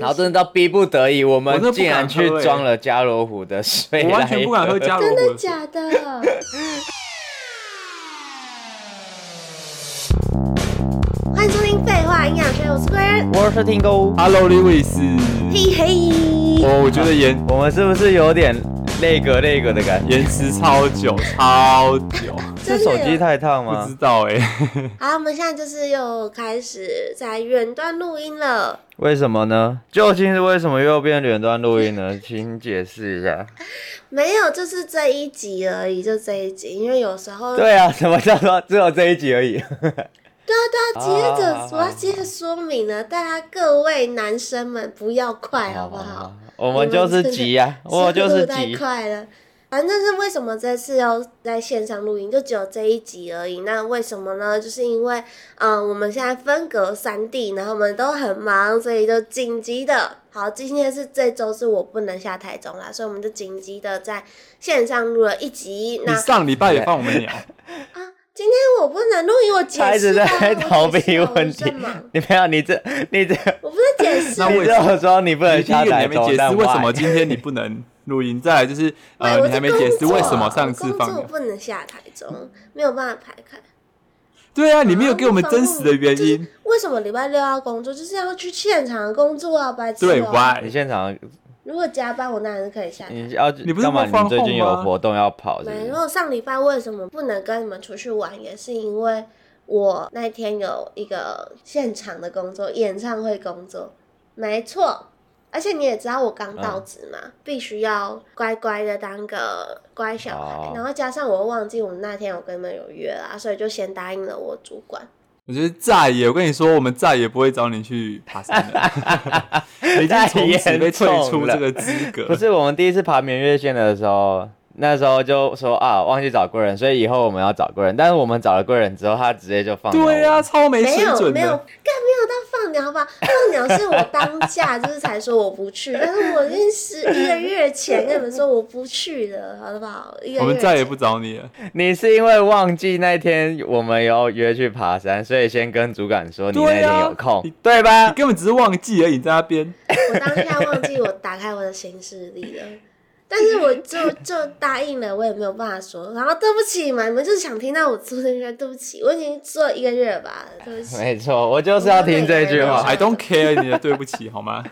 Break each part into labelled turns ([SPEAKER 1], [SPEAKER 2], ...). [SPEAKER 1] 然后真的到逼不得已，我
[SPEAKER 2] 我真
[SPEAKER 1] 们
[SPEAKER 2] 的不
[SPEAKER 1] 竟然
[SPEAKER 2] 敢
[SPEAKER 1] 去
[SPEAKER 2] 喝欸
[SPEAKER 1] 装了加罗湖的水
[SPEAKER 2] 我完全
[SPEAKER 1] 来
[SPEAKER 2] 不敢喝加
[SPEAKER 3] 真
[SPEAKER 2] 罗
[SPEAKER 3] 的
[SPEAKER 2] 湖水。
[SPEAKER 3] 假的？ 欢迎收听《废话营养学》，我是 Claire。
[SPEAKER 1] 我是听狗，
[SPEAKER 2] Hello Lewis，哦
[SPEAKER 3] 嘿嘿，
[SPEAKER 2] 我我觉得延
[SPEAKER 1] 我们是不是有点那个那个的感觉？
[SPEAKER 2] 延迟超久超久，
[SPEAKER 1] 是手机太烫
[SPEAKER 2] 不知
[SPEAKER 1] 吗？
[SPEAKER 2] 道哎、
[SPEAKER 3] 好，我们现在就是又开始在远端录音了。
[SPEAKER 1] 为什么呢？究竟是为什么又变远端录音呢？请解释一下。
[SPEAKER 3] 没有，就是这一集而已，就这一集。因为有时候，对啊，
[SPEAKER 1] 对啊，什么叫做只有这一集而已？
[SPEAKER 3] 对啊，接着、
[SPEAKER 1] 啊
[SPEAKER 3] 我要接着说明了，大家各位男生们不要
[SPEAKER 1] 哎
[SPEAKER 3] 快，好不好？？
[SPEAKER 1] 我们就是急呀、啊，
[SPEAKER 2] 哦
[SPEAKER 1] 我就是
[SPEAKER 3] 速度太
[SPEAKER 1] 急。
[SPEAKER 3] 快了。反正是为什么这次要在线上录音，就只有这一集而已。那为什么呢？就是因为，嗯、我们现在分隔三地，然后我们都很忙，所以就紧急的。好，今天是这周是我不能下台中啦，所以我们就紧急的在线上录了一集。那啊
[SPEAKER 2] 你上礼拜也放我们鸟，
[SPEAKER 3] 今天我不能录音，我解
[SPEAKER 1] 他一直
[SPEAKER 3] 释啊
[SPEAKER 1] 在逃
[SPEAKER 3] 我解
[SPEAKER 1] 避
[SPEAKER 3] 释啊
[SPEAKER 1] 问
[SPEAKER 3] 我
[SPEAKER 1] 题
[SPEAKER 3] 在忙，
[SPEAKER 1] 你没有，你这你这
[SPEAKER 3] 我不是解释
[SPEAKER 2] 那
[SPEAKER 3] 啊，
[SPEAKER 2] 我
[SPEAKER 1] 你
[SPEAKER 2] 也
[SPEAKER 1] 这
[SPEAKER 2] 是
[SPEAKER 1] 么说你不能
[SPEAKER 2] 你第一
[SPEAKER 1] 下
[SPEAKER 2] 个你
[SPEAKER 1] 台
[SPEAKER 2] 还没
[SPEAKER 1] 中，
[SPEAKER 2] 解
[SPEAKER 1] 但
[SPEAKER 2] 释为什
[SPEAKER 1] why？
[SPEAKER 2] 么今天你不能录音，再来就是呃
[SPEAKER 3] 对
[SPEAKER 2] 你还没解释为什么上次
[SPEAKER 3] 我工
[SPEAKER 2] 放
[SPEAKER 3] 作
[SPEAKER 2] 鸟。
[SPEAKER 3] 不能下台中，没有办法排开。
[SPEAKER 2] 对啊，你没有给我们真实的原因，
[SPEAKER 3] 为什么礼拜六要工作？就是要去现场工作啊，白痴、
[SPEAKER 2] 对
[SPEAKER 3] 哦。
[SPEAKER 1] 你
[SPEAKER 2] why？
[SPEAKER 1] 现场
[SPEAKER 3] 如果加班，我当然是可以下台。
[SPEAKER 1] 你要
[SPEAKER 2] 你不是
[SPEAKER 1] 干嘛？
[SPEAKER 2] 放放
[SPEAKER 1] 你最近
[SPEAKER 2] 空
[SPEAKER 1] 有
[SPEAKER 2] 吗
[SPEAKER 1] 活动要跑是不
[SPEAKER 2] 嗯
[SPEAKER 3] 没
[SPEAKER 1] 是？
[SPEAKER 3] 有，上礼拜为什么不能跟你们出去玩，也是因为我那天有一个现场的工作，演唱会工作，没错。而且你也知道我刚到职嘛，
[SPEAKER 2] 嗯
[SPEAKER 3] 必须要乖乖的当个乖小孩，
[SPEAKER 1] 哦
[SPEAKER 3] 然后加上我又忘记我们那天有跟你们有约啦，所以就先答应了我主管。
[SPEAKER 2] 我觉得再也，我跟你说，我们再也不会找你去爬山 了。你已经从此被退出这个资格。
[SPEAKER 1] 不是我们第一次爬明月线的时候，那时候就说啊，忘记找贵人，所以以后我们要找贵人。但是我们找了贵人之后，他直接就放
[SPEAKER 2] 对
[SPEAKER 1] 呀、
[SPEAKER 2] 啊，超没
[SPEAKER 3] 没
[SPEAKER 2] 水
[SPEAKER 3] 有
[SPEAKER 2] 准
[SPEAKER 3] 没有，
[SPEAKER 2] 的。
[SPEAKER 3] 干没有到放鸟吧？放鸟是我 当下就是才说我不去，但是我已经十一个月前跟你们说我不去了，好不好？一个月
[SPEAKER 2] 我们再也
[SPEAKER 3] 前
[SPEAKER 2] 不找你了。
[SPEAKER 1] 你是因为忘记那天我们有约去爬山，所以先跟主管说你那
[SPEAKER 2] 对啊
[SPEAKER 1] 天有空，
[SPEAKER 2] 你
[SPEAKER 1] 对
[SPEAKER 2] 你
[SPEAKER 1] 吧？
[SPEAKER 2] 根本只是忘记而已，你在那边。
[SPEAKER 3] 我当下忘记我打开我的行事历了。但是我就就答应了，我也没有办法说。然后对不起嘛，你们就是想听到我做那个对不起，我已经做了一个月了吧，对不
[SPEAKER 2] 哎
[SPEAKER 3] 起。
[SPEAKER 1] 没错，我就是要听这句
[SPEAKER 3] 哦
[SPEAKER 1] 话。
[SPEAKER 2] I don't care 你的对不起，好 吗？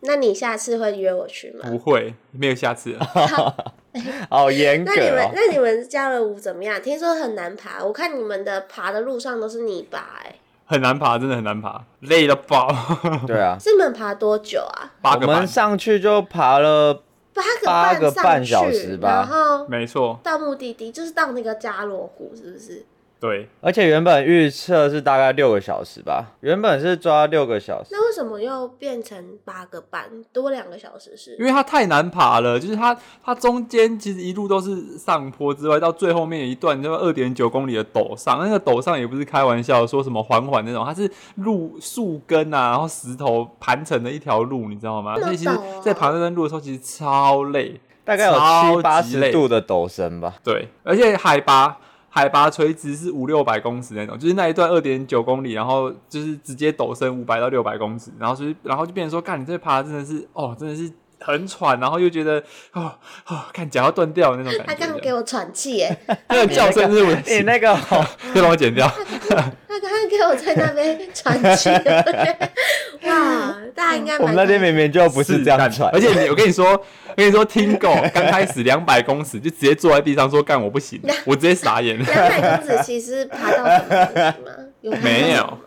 [SPEAKER 3] 那你下次会约我去吗？
[SPEAKER 2] 不会，没有下次了。
[SPEAKER 1] 好严格
[SPEAKER 3] 那你
[SPEAKER 2] 啊
[SPEAKER 3] 们
[SPEAKER 1] 哦。
[SPEAKER 3] 那你们加了舞怎么样？听说很难爬，我看你们的爬的路上都是泥巴、欸，
[SPEAKER 2] 很难爬，真的很难爬，累到爆。
[SPEAKER 1] 对啊，
[SPEAKER 3] 是你们爬多久啊？
[SPEAKER 2] 八
[SPEAKER 1] 我
[SPEAKER 2] 个半
[SPEAKER 1] 们，上去就爬了，
[SPEAKER 3] 八个
[SPEAKER 1] 八个
[SPEAKER 3] 上
[SPEAKER 1] 半
[SPEAKER 3] 去
[SPEAKER 1] 小时吧
[SPEAKER 3] 然后
[SPEAKER 2] 没错，
[SPEAKER 3] 到目的地就是到那个加罗湖，是不是？
[SPEAKER 2] 对，
[SPEAKER 1] 而且原本预测是大概六个小时吧，原本是抓六个小时。
[SPEAKER 3] 那为什么又变成八个半，多两个小时是
[SPEAKER 2] 因？为它太难爬了，就是它它中间其实一路都是上坡之外，到最后面有一段就二点九公里的陡上，那个陡上也不是开玩笑说什么缓缓那种，它是路树根啊，然后石头盘成的一条路，你知道啊吗？
[SPEAKER 3] 那么
[SPEAKER 2] 所以其实
[SPEAKER 3] 陡哦，
[SPEAKER 2] 在爬那段路的时候，其实超累，
[SPEAKER 1] 大概有
[SPEAKER 2] 超
[SPEAKER 1] 七
[SPEAKER 2] 级
[SPEAKER 1] 八十
[SPEAKER 2] 累
[SPEAKER 1] 度的陡升吧，
[SPEAKER 2] 对，而且海拔海拔垂直是五六百公尺那种，就是那一段二点九公里，然后就是直接陡升五百到六百公尺，然后就是然后就变成说，干你这爬真的是哦，真的是很喘，然后又觉得哦哦，看脚要断掉的那种
[SPEAKER 3] 他
[SPEAKER 2] 感
[SPEAKER 3] 刚
[SPEAKER 2] 觉
[SPEAKER 3] 刚。给我哎喘气耶、
[SPEAKER 2] 那个叫声是我的
[SPEAKER 1] 你
[SPEAKER 2] 气，
[SPEAKER 1] 哎那 个好
[SPEAKER 2] 可以帮我剪掉。
[SPEAKER 3] 他刚刚给我在那边喘气，我觉得哇，大家应该
[SPEAKER 1] 我们
[SPEAKER 3] 蛮
[SPEAKER 1] 那天明
[SPEAKER 3] 开心
[SPEAKER 1] 明就不是这样传，
[SPEAKER 2] 而且你，我跟你说，我跟你说，听狗刚开始两百公尺就直接坐在地上说干我不行，我直接傻眼，
[SPEAKER 3] 两百公尺其实爬到什么东西 吗？有爬到
[SPEAKER 2] 没有
[SPEAKER 3] 什么吗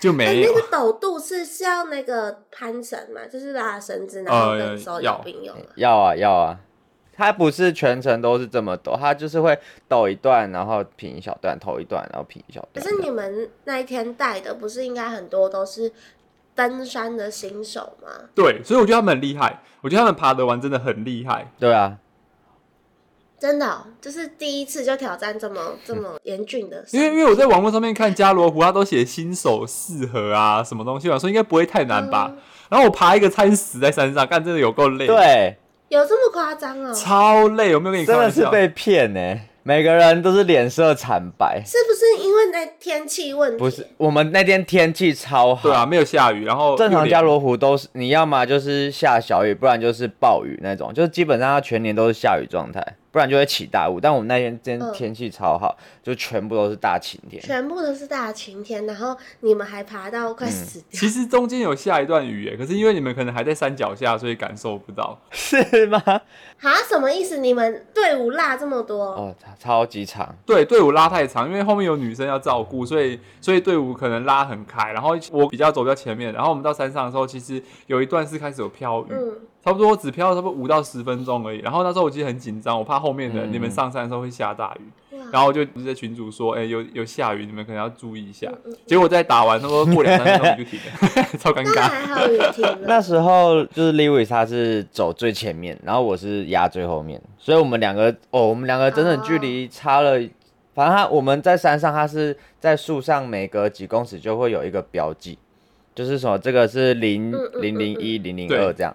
[SPEAKER 2] 就
[SPEAKER 3] 哎
[SPEAKER 2] 没有
[SPEAKER 3] 那个陡度是是要那个攀绳嘛，就是拉绳子，然
[SPEAKER 2] 哦
[SPEAKER 3] 后跟手有并用嘛。
[SPEAKER 1] 要啊要啊，它不是全程都是这么抖，它就是会抖一段，然后平一小段，抖一段，然后平一小
[SPEAKER 3] 可
[SPEAKER 1] 段。
[SPEAKER 3] 是你们那一天带的不是应该很多都是登山的新手吗？
[SPEAKER 2] 对，所以我觉得他们很厉害，我觉得他们爬得完真的很厉害。
[SPEAKER 1] 对啊，
[SPEAKER 3] 真的哦、就是第一次就挑战这么
[SPEAKER 1] 嗯
[SPEAKER 3] 这么严峻的
[SPEAKER 2] 因为因
[SPEAKER 3] 山。
[SPEAKER 2] 为我在网络上面看加罗湖，他都写新手适合啊，什么东西嘛，所以应该不会太难吧。然后我爬一个餐死在山上，干真的有够累，，
[SPEAKER 1] 嗯
[SPEAKER 2] 嗯
[SPEAKER 1] 对，
[SPEAKER 3] 有这么夸张哦？
[SPEAKER 2] 超累，有没有跟你
[SPEAKER 1] 真
[SPEAKER 2] 开
[SPEAKER 1] 的
[SPEAKER 2] 玩
[SPEAKER 1] 是
[SPEAKER 2] 笑？
[SPEAKER 1] 被骗呢、欸每个人都是脸色惨白。
[SPEAKER 3] 是不是因为那天气问题？
[SPEAKER 1] 不是，我们那天天气超好，
[SPEAKER 2] 对啊，没有下雨，然后
[SPEAKER 1] 正常
[SPEAKER 2] 又
[SPEAKER 1] 加
[SPEAKER 2] 凉
[SPEAKER 1] 罗湖都是你要么就是下小雨，不然就是暴雨那种，就是基本上它全年都是下雨状态，不然就会起大雾。但我们那天天
[SPEAKER 3] 嗯
[SPEAKER 1] 天气超好，就全部都是大晴天。
[SPEAKER 3] 全部都是大晴天，然后你们还爬到
[SPEAKER 1] 嗯
[SPEAKER 3] 快死掉，
[SPEAKER 2] 其实中间有下一段雨耶，可是因为你们可能还在山脚下，所以感受不到。
[SPEAKER 1] 是吗？
[SPEAKER 3] 啊、什么意思？你们队伍落这么多？
[SPEAKER 1] 哦，超超级长，
[SPEAKER 2] 对，队伍拉太长，因为后面有女生要照顾，所以所以队伍可能拉很开。然后我比较走比较前面，然后我们到山上的时候，其实有一段是开始有飘雨，
[SPEAKER 3] 嗯，
[SPEAKER 2] 差不多只飘了差不多五到十分钟而已。然后那时候我记得很紧张，我怕后面的人
[SPEAKER 1] 嗯
[SPEAKER 2] 你们上山的时候会下大雨，然
[SPEAKER 3] 哇，
[SPEAKER 2] 后我就直接群主说，哎、有有下雨，你们可能要注意一下。
[SPEAKER 3] 嗯嗯
[SPEAKER 2] 结果在打完，差不多过两三分钟雨就停 了，超尴
[SPEAKER 3] 那
[SPEAKER 1] 啊
[SPEAKER 2] 尬。
[SPEAKER 3] 还好雨停了。
[SPEAKER 1] 那时候就是 Lewis 他是走最前面，然后我是压最后面，所以我们两个哦，我们两个整整距离差了，反正他我们在山上，他是在树上每隔几公尺就会有一个标记，就是说这个是零
[SPEAKER 3] 嗯嗯
[SPEAKER 1] 零零一零零
[SPEAKER 2] 对
[SPEAKER 1] 二这样，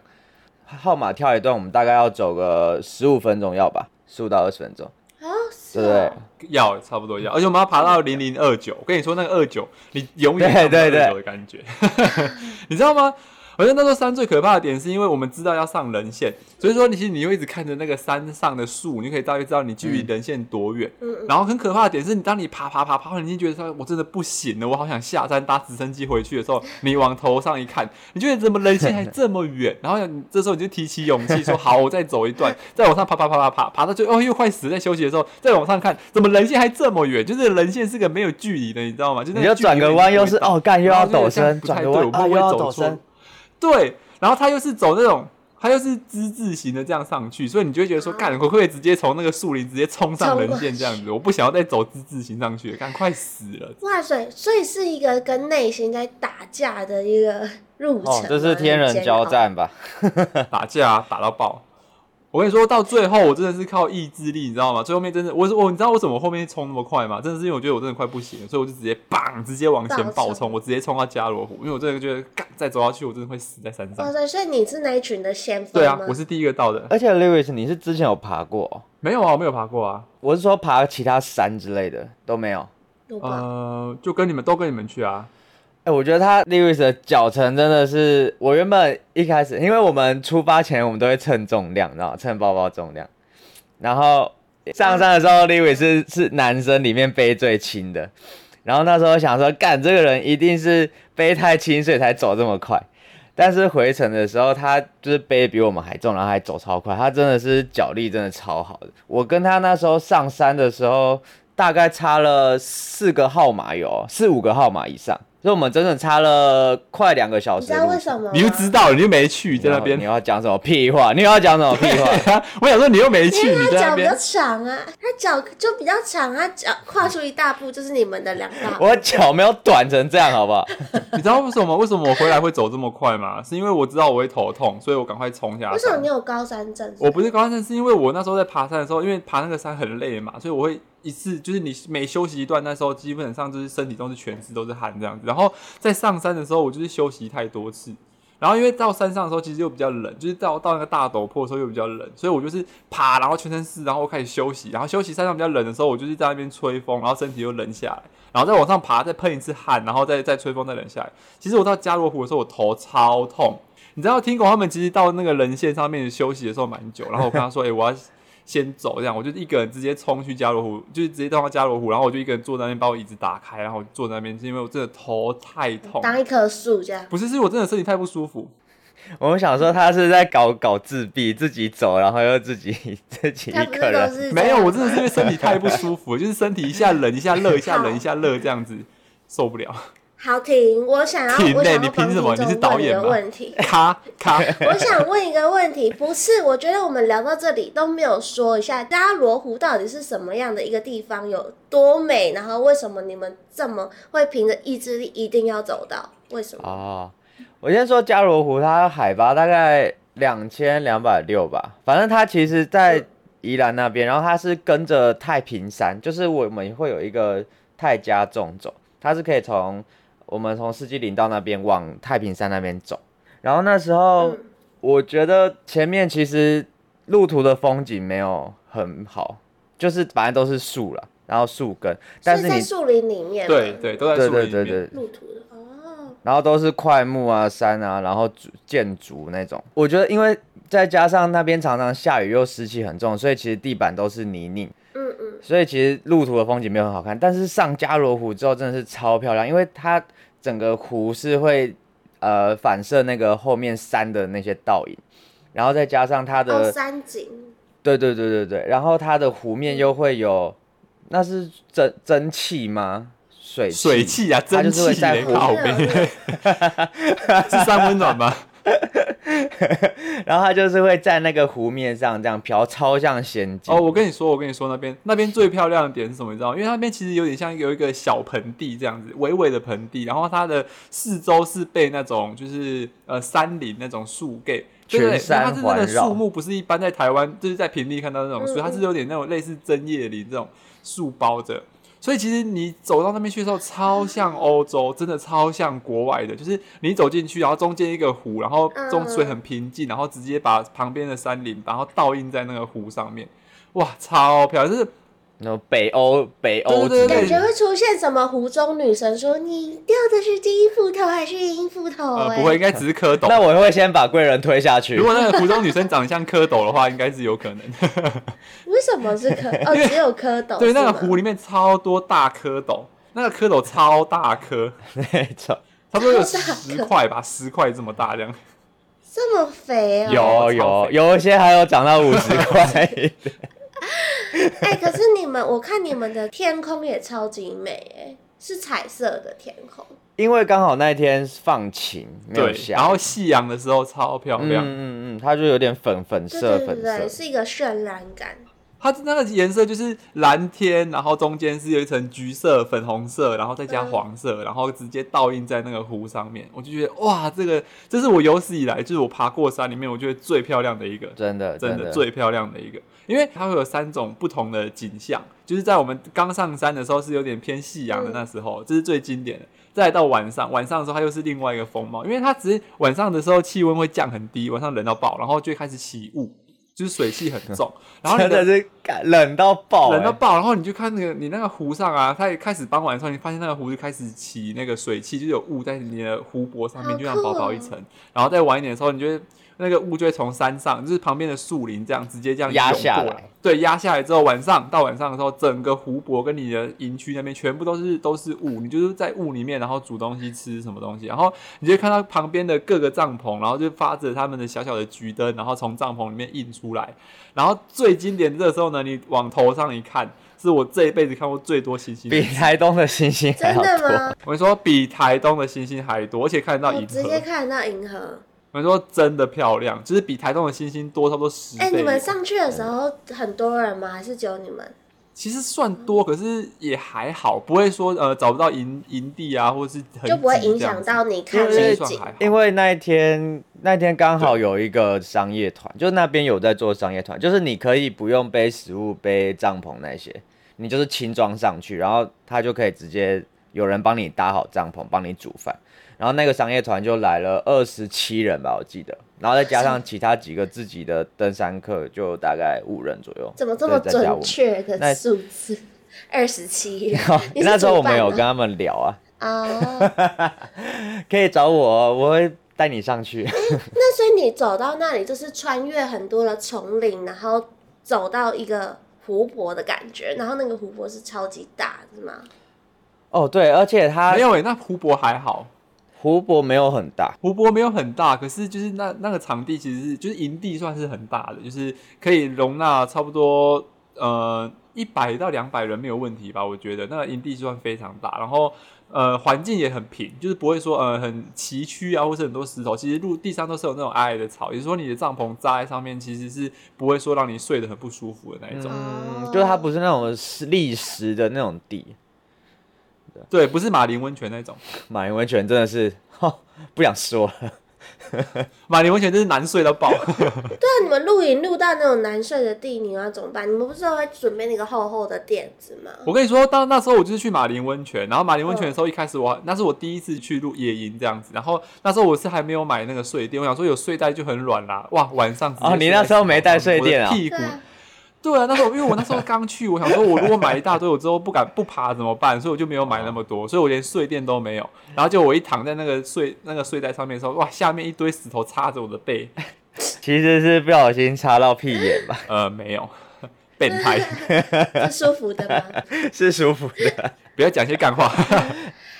[SPEAKER 1] 号码跳一段，我们大概要走个十五分钟要吧，十五到二十分钟，
[SPEAKER 3] 哦，是
[SPEAKER 1] 对不对
[SPEAKER 3] 哦？
[SPEAKER 2] 要差不多要，而且我们要爬到零零二九。我跟你说，那个二九，你永远
[SPEAKER 1] 对对对
[SPEAKER 2] 二九的感觉， 你知道吗？好像那座山最可怕的点是因为我们知道要上人线，所以说你其实你会一直看着那个山上的树，你就可以大约知道你距离人线多远。
[SPEAKER 3] 嗯嗯
[SPEAKER 2] 然后很可怕的点是你当你爬爬爬爬，你就觉得说我真的不行了，我好想下山搭直升机回去的时候，你往头上一看，你觉得怎么人线还这么远？然后你这时候你就提起勇气说好，我再走一段，再往上爬爬爬爬爬，爬到最后哦又快死，在休息的时候再往上看，怎么人线还这么远？就是人线是个没有距离的，你知道吗？就那
[SPEAKER 1] 你就
[SPEAKER 2] 距离
[SPEAKER 1] 转个
[SPEAKER 2] 你
[SPEAKER 1] 弯
[SPEAKER 2] 不
[SPEAKER 1] 又
[SPEAKER 2] 会
[SPEAKER 1] 是
[SPEAKER 2] 到
[SPEAKER 1] 哦，干又
[SPEAKER 2] 然
[SPEAKER 1] 要
[SPEAKER 2] 后就有
[SPEAKER 1] 抖
[SPEAKER 2] 点像
[SPEAKER 1] 身，
[SPEAKER 2] 不太
[SPEAKER 1] 转个
[SPEAKER 2] 对
[SPEAKER 1] 弯
[SPEAKER 2] 我
[SPEAKER 1] 啊
[SPEAKER 2] 不
[SPEAKER 1] 又
[SPEAKER 2] 会
[SPEAKER 1] 要
[SPEAKER 2] 走
[SPEAKER 1] 抖
[SPEAKER 2] 错
[SPEAKER 1] 身，
[SPEAKER 2] 对，然后他又是走那种，他又是之字形的这样上去，所以你就会觉得说，
[SPEAKER 3] 啊
[SPEAKER 2] 干，我可不可以直接从那个树林直接冲上
[SPEAKER 3] 冲
[SPEAKER 2] 人
[SPEAKER 3] 过
[SPEAKER 2] 线这样子？我不想要再走之字形上去了，干，快死了！
[SPEAKER 3] 哇塞，所以是一个跟内心在打架的一个路程
[SPEAKER 1] 哦
[SPEAKER 3] 吗、，
[SPEAKER 1] 这是天人交
[SPEAKER 3] 很煎
[SPEAKER 1] 战吧？
[SPEAKER 2] 打架、啊、打到爆。我跟你说到最后，我真的是靠意志力，你知道吗？最后面真的，我我你知道我怎么后面冲那么快吗？真的是因为我觉得我真的快不行了，所以我就直接砰，直接往前
[SPEAKER 3] 爆
[SPEAKER 2] 暴
[SPEAKER 3] 冲
[SPEAKER 2] 冲，我直接冲到加罗湖，因为我真的觉得，干，再走下去我真的会死在山
[SPEAKER 3] 熬。哇
[SPEAKER 2] 上。
[SPEAKER 3] 塞，所以你是那一群的先锋
[SPEAKER 2] 对
[SPEAKER 3] 吗？
[SPEAKER 2] 啊，我是呃第一个到的。
[SPEAKER 1] 而且 Lewis，你是之前有爬过、哦？
[SPEAKER 2] 没有啊，我没有爬过啊。
[SPEAKER 1] 我是说爬其他山之类的都没有。
[SPEAKER 3] 我不知道
[SPEAKER 2] 呃，就跟你们都跟你们去啊。
[SPEAKER 1] 哎、我觉得他 Lewis 的脚程真的是，我原本一开始，因为我们出发前我们都会称重量，然后称包包重量，然后上山的时候，Lewis 是是男生里面背最轻的，然后那时候想说，干这个人一定是背太轻，所以才走这么快。但是回程的时候，他就是背比我们还重，然后还走超快，他真的是脚力真的超好的。我跟他那时候上山的时候，大概差了四个号码有哦四五个号码以上，所以我们整整差了快两个小
[SPEAKER 3] 你
[SPEAKER 1] 时
[SPEAKER 3] 知
[SPEAKER 1] 的
[SPEAKER 3] 道
[SPEAKER 1] 路程。
[SPEAKER 3] 为什么吗？
[SPEAKER 2] 你就知道，你就没去，
[SPEAKER 1] 你
[SPEAKER 2] 在那边
[SPEAKER 1] 你。要讲什么屁话？你要讲什么屁话？
[SPEAKER 2] 我想说你又没去，
[SPEAKER 3] 因
[SPEAKER 2] 你
[SPEAKER 3] 为他
[SPEAKER 2] 在
[SPEAKER 3] 脚
[SPEAKER 2] 那
[SPEAKER 3] 比较
[SPEAKER 2] 边。
[SPEAKER 3] 长啊，他脚就比较长，他脚跨出一大步就是你们的两大步。
[SPEAKER 1] 我脚没有短成这样，好不好？
[SPEAKER 2] 你知道为什么？为什么我回来会走这么快吗？是因为我知道我会头痛，所以我赶快冲下
[SPEAKER 3] 为什么
[SPEAKER 2] 山
[SPEAKER 3] 你。有高山症？
[SPEAKER 2] 我不是高山症，是因为我那时候在爬山的时候，因为爬那个山很累嘛，所以我会一次就是你每休息一段，那时候基本上就是身体都是全湿都是汗这样子。然后在上山的时候，我就是休息太多次。然后因为到山上的时候，其实又比较冷，就是到到那个大陡坡的时候又比较冷，所以我就是爬，然后全身湿，然后我开始休息，然后休息山上比较冷的时候，我就是在那边吹风，然后身体又冷下来，然后再往上爬，再喷一次汗，然后再再吹风，再冷下来。其实我到加罗湖的时候，我头超痛。你知道，听狗他们其实到那个人线上面休息的时候蛮久，然后我跟他说：“哎、我要先走。”这样，我就一个人直接冲去加罗湖，就是直接到加罗湖，然后我就一个人坐在那边，把我椅子打开，然后我坐在那边，是因为我真的头太 痛。
[SPEAKER 3] 当一棵树这样。
[SPEAKER 2] 不是，是我真的身体太不舒服。
[SPEAKER 1] 我们想说他是在搞搞自闭，自己走，然后又自己自己
[SPEAKER 3] 他
[SPEAKER 1] 一
[SPEAKER 3] 不是
[SPEAKER 1] 个
[SPEAKER 3] 都
[SPEAKER 1] 人。
[SPEAKER 3] 是
[SPEAKER 2] 没有，我真
[SPEAKER 3] 的
[SPEAKER 2] 的是因为身体太不舒服了，就是身体一下冷一下热，一下冷一下热这样子，受不了。
[SPEAKER 3] 好停，我想要，
[SPEAKER 2] 停
[SPEAKER 3] 我
[SPEAKER 2] 嘞
[SPEAKER 3] 想
[SPEAKER 2] 你
[SPEAKER 3] 要帮
[SPEAKER 2] 凭什么
[SPEAKER 3] 听
[SPEAKER 2] 你是
[SPEAKER 3] 众
[SPEAKER 2] 导
[SPEAKER 3] 问一
[SPEAKER 2] 演
[SPEAKER 3] 个
[SPEAKER 2] 吗。
[SPEAKER 3] 问题
[SPEAKER 2] 咔咔，
[SPEAKER 3] 我想问一个问题，不是，我觉得我们聊到这里都没有说一下加罗湖到底是什么样的一个地方，有多美，然后为什么你们这么会凭着意志力一定要走到？为什么？
[SPEAKER 1] 哦，我先说加罗湖，它海拔大概两千两百六吧，反正它其实在
[SPEAKER 3] 嗯
[SPEAKER 1] 宜兰那边，然后它是跟着太平山，就是我们会有一个泰加纵走，它是可以从我们从四季林道那边往太平山那边走，然后那时候。
[SPEAKER 3] 嗯
[SPEAKER 1] 我觉得前面其实路途的风景没有很好，就是反正都是树了，然后树根，但
[SPEAKER 3] 是
[SPEAKER 1] 是
[SPEAKER 3] 在
[SPEAKER 1] 你
[SPEAKER 3] 树林里面，
[SPEAKER 2] 对对，，都在
[SPEAKER 1] 对
[SPEAKER 2] 树林
[SPEAKER 1] 对
[SPEAKER 2] 里
[SPEAKER 1] 对
[SPEAKER 2] 面。
[SPEAKER 1] 对，
[SPEAKER 3] 路途的哦，
[SPEAKER 1] 然后都是块木啊、山啊，然后竹建筑那种。我觉得，因为再加上那边常常下雨又湿气很重，所以其实地板都是泥泞，
[SPEAKER 3] 嗯嗯，
[SPEAKER 1] 所以其实路途的风景没有很好看。但是上加罗湖之后真的是超漂亮，因为它整个湖是会呃反射那个后面山的那些倒影，然后再加上它的、
[SPEAKER 3] 哦，山景，
[SPEAKER 1] 对对对对对，然后它的湖面又会有那是蒸蒸汽吗？水
[SPEAKER 2] 水气啊，
[SPEAKER 1] 它
[SPEAKER 2] 蒸
[SPEAKER 1] 就是会
[SPEAKER 2] 汽
[SPEAKER 1] 在
[SPEAKER 2] 嘞，
[SPEAKER 1] 乎
[SPEAKER 2] 靠
[SPEAKER 3] 好
[SPEAKER 2] 背，
[SPEAKER 3] 热
[SPEAKER 2] 是三温暖吧？
[SPEAKER 1] 然后它就是会在那个湖面上这样飘，超像仙境。
[SPEAKER 2] 哦，我跟你说，我跟你说，那边那边最漂亮的点是什么？你知道吗？因为那边其实有点像有一个小盆地这样子，微微的盆地，然后它的四周是被那种就是呃山林那种树给。对对，
[SPEAKER 1] 群山
[SPEAKER 2] 它是那个
[SPEAKER 1] 环绕
[SPEAKER 2] 树木，不是一般在台湾就是在平地看到那种树，
[SPEAKER 3] 嗯
[SPEAKER 2] 它是有点那种类似针叶林这种树包着。所以其实你走到那边去的时候，超像欧洲，真的超像国外的。就是你走进去，然后中间一个湖，然后
[SPEAKER 3] 嗯
[SPEAKER 2] 中水很平静，然后直接把旁边的山林，然后倒映在那个湖上面，哇，超漂亮！就是
[SPEAKER 1] 那种北欧北欧
[SPEAKER 2] 对对
[SPEAKER 1] 之
[SPEAKER 2] 对
[SPEAKER 1] 类
[SPEAKER 3] 感觉
[SPEAKER 1] 的，
[SPEAKER 3] 会出现什么湖中女神说你掉的是金斧头还是银斧头、
[SPEAKER 2] 呃，
[SPEAKER 3] 哎、
[SPEAKER 2] 不会，应该只是蝌
[SPEAKER 1] 那
[SPEAKER 2] 蚪。
[SPEAKER 1] 我会先把贵人推下去
[SPEAKER 2] 如。果那个湖中女生长得像蝌蚪的话，应该是有 可能。
[SPEAKER 3] 为什么是蝌？哦，只有蝌蚪。
[SPEAKER 2] 对，那个
[SPEAKER 3] 哦是吗
[SPEAKER 2] 湖里面超多大蝌蚪，那个蝌蚪超大颗，
[SPEAKER 1] 那 种
[SPEAKER 2] 差不多有
[SPEAKER 3] 超大颗
[SPEAKER 2] 十块吧，十块这么大这样。
[SPEAKER 3] 这么肥哦。
[SPEAKER 1] 有
[SPEAKER 2] 超
[SPEAKER 1] 有有一些还有涨到五十块，
[SPEAKER 3] 哎、可是你们，我看你们的天空也超级美哎、是彩色的天空。
[SPEAKER 1] 因为刚好那天放晴，没有
[SPEAKER 2] 对，
[SPEAKER 1] 下雨。
[SPEAKER 2] 然后夕阳的时候超漂
[SPEAKER 1] 嗯
[SPEAKER 2] 亮。
[SPEAKER 1] 嗯嗯，它就有点粉粉
[SPEAKER 3] 对
[SPEAKER 1] 色
[SPEAKER 3] 对对
[SPEAKER 1] 粉色，
[SPEAKER 3] 对，是一个渲染感。
[SPEAKER 2] 它那个颜色就是蓝天，然后中间是有一层橘色、粉红色，然后再加黄色，然后直接倒映在那个湖上面。我就觉得哇，这个这是我有史以来就是我爬过山里面我觉得最漂亮的一个，
[SPEAKER 1] 真的
[SPEAKER 2] 真的
[SPEAKER 1] 的。
[SPEAKER 2] 最漂亮的一个，因为它会有三种不同的景象，就是在我们刚上山的时候是有点偏夕阳的
[SPEAKER 3] 嗯
[SPEAKER 2] 那时候，这是最经典的。再来到晚上，晚上的时候它又是另外一个风貌，因为它只是晚上的时候气温会降很低，晚上冷到爆，然后就会开始起雾，就是水汽很重，然后你
[SPEAKER 1] 真的是干冷到爆、欸，
[SPEAKER 2] 冷到爆，然后你就看那个你那个湖上啊，它也开始傍晚的时候，你发现那个湖就开始起那个水汽，就有雾在你的湖泊上面，
[SPEAKER 3] 好
[SPEAKER 2] 就像薄
[SPEAKER 3] 酷哦
[SPEAKER 2] 薄一层。然后再晚一点的时候，你就会那个雾就会从山上，就是旁边的树林这样直接这样
[SPEAKER 1] 压
[SPEAKER 2] 涌
[SPEAKER 1] 下
[SPEAKER 2] 过
[SPEAKER 1] 来。
[SPEAKER 2] 对，压下来之后，晚上到晚上的时候，整个湖泊跟你的营区那边全部都是都是雾，你就是在雾里面，然后煮东西吃什么东西，然后你就会看到旁边的各个帐篷，然后就发着他们的小小的橘灯，然后从帐篷里面映出来，然后最经典的时候呢，你往头上一看，是我这一辈子看过最多星星 的
[SPEAKER 1] 比台东的星星还
[SPEAKER 3] 真
[SPEAKER 1] 要
[SPEAKER 3] 的
[SPEAKER 1] 多。
[SPEAKER 3] 吗？
[SPEAKER 2] 我跟你说，比台东的星星还多，而且看得到
[SPEAKER 3] 我
[SPEAKER 2] 银河。
[SPEAKER 3] 直接看得到银河。
[SPEAKER 2] 我跟你说，真的漂亮，就是比台东的星星多差不多十
[SPEAKER 3] 哎、
[SPEAKER 2] 倍。
[SPEAKER 3] 你们上去
[SPEAKER 1] 嗯
[SPEAKER 3] 的时候很多人吗？还是只有你们？
[SPEAKER 2] 其实算多，可是也还好，不会说呃找不到营营地啊，或者是很
[SPEAKER 3] 就不会
[SPEAKER 2] 挤这
[SPEAKER 3] 影响
[SPEAKER 2] 样子
[SPEAKER 3] 到你看
[SPEAKER 1] 因为
[SPEAKER 3] 美
[SPEAKER 2] 算
[SPEAKER 3] 景
[SPEAKER 2] 还。好
[SPEAKER 1] 因为那一天那天刚好有一个商业团，就那边有在做商业团，就是你可以不用背食物、背帐篷那些，你就是轻装上去，然后他就可以直接有人帮你搭好帐篷，帮你煮饭。然后那个商业团就来了二十七人吧，我记得，然后再加上其他几个自己的登山客，就大概五人左右。
[SPEAKER 3] 怎么这么
[SPEAKER 1] 对再加我
[SPEAKER 3] 准
[SPEAKER 1] 们
[SPEAKER 3] 确的
[SPEAKER 1] 那
[SPEAKER 3] 数字？二十七。 你是
[SPEAKER 1] 那时候
[SPEAKER 3] 主
[SPEAKER 1] 我们
[SPEAKER 3] 办
[SPEAKER 1] 有
[SPEAKER 3] 吗
[SPEAKER 1] 跟他们聊啊，
[SPEAKER 3] 哦，
[SPEAKER 1] 可以找我哦，我会带你上去。
[SPEAKER 3] 那所以你走到那里，就是穿越很多的丛林，然后走到一个湖泊的感觉，然后那个湖泊是超级大，是吗？
[SPEAKER 1] 哦，对，而且它
[SPEAKER 2] 没有诶、欸那湖泊还好，
[SPEAKER 1] 湖泊没有很大，
[SPEAKER 2] 湖泊没有很大，可是就是那那个场地其实是就是营地算是很大的，就是可以容纳差不多呃一百到两百人没有问题吧，我觉得那个营地算非常大，然后呃环境也很平，就是不会说呃很崎岖啊，或是很多石头，其实路地上都是有那种矮矮的草，也就是说你的帐篷扎在上面其实是不会说让你睡得很不舒服的那一种。
[SPEAKER 1] 嗯，就是它不是那种是砾石的那种地，
[SPEAKER 2] 对，不是马林温泉那种，
[SPEAKER 1] 马云温泉真的是， 哈，不想说了。
[SPEAKER 2] 马林温泉真是难睡到爆。
[SPEAKER 3] 对啊，你们露营露到那种难睡的地，你们要怎么办？你们不是都会准备那个厚厚的垫子吗？
[SPEAKER 2] 我跟你说，到那时候我就是去马林温泉，然后马林温泉的
[SPEAKER 1] 嗯
[SPEAKER 2] 时候，一开始我那是我第一次去露野营这样子，然后那时候我是还没有买那个睡垫，我想说有睡袋就很软啦，哇，晚上直接
[SPEAKER 1] 哦，你那时候没带睡垫啊
[SPEAKER 2] 我的屁股
[SPEAKER 3] 对啊，
[SPEAKER 2] 对啊，那时候因为我那时候刚去，我想说我如果买一大堆，我之后不敢不爬怎么办？所以我就没有买那么多，所以我连睡垫都没有。
[SPEAKER 1] 嗯
[SPEAKER 2] 然后就我一躺在那个睡那个睡袋上面的时候，哇，下面一堆石头插着我的背，
[SPEAKER 1] 其实是不小心插到屁眼吧，
[SPEAKER 2] 呃，没有， 变态，
[SPEAKER 3] 啊是舒服的 吗？
[SPEAKER 1] 是舒服的。
[SPEAKER 2] 不要讲一些干话。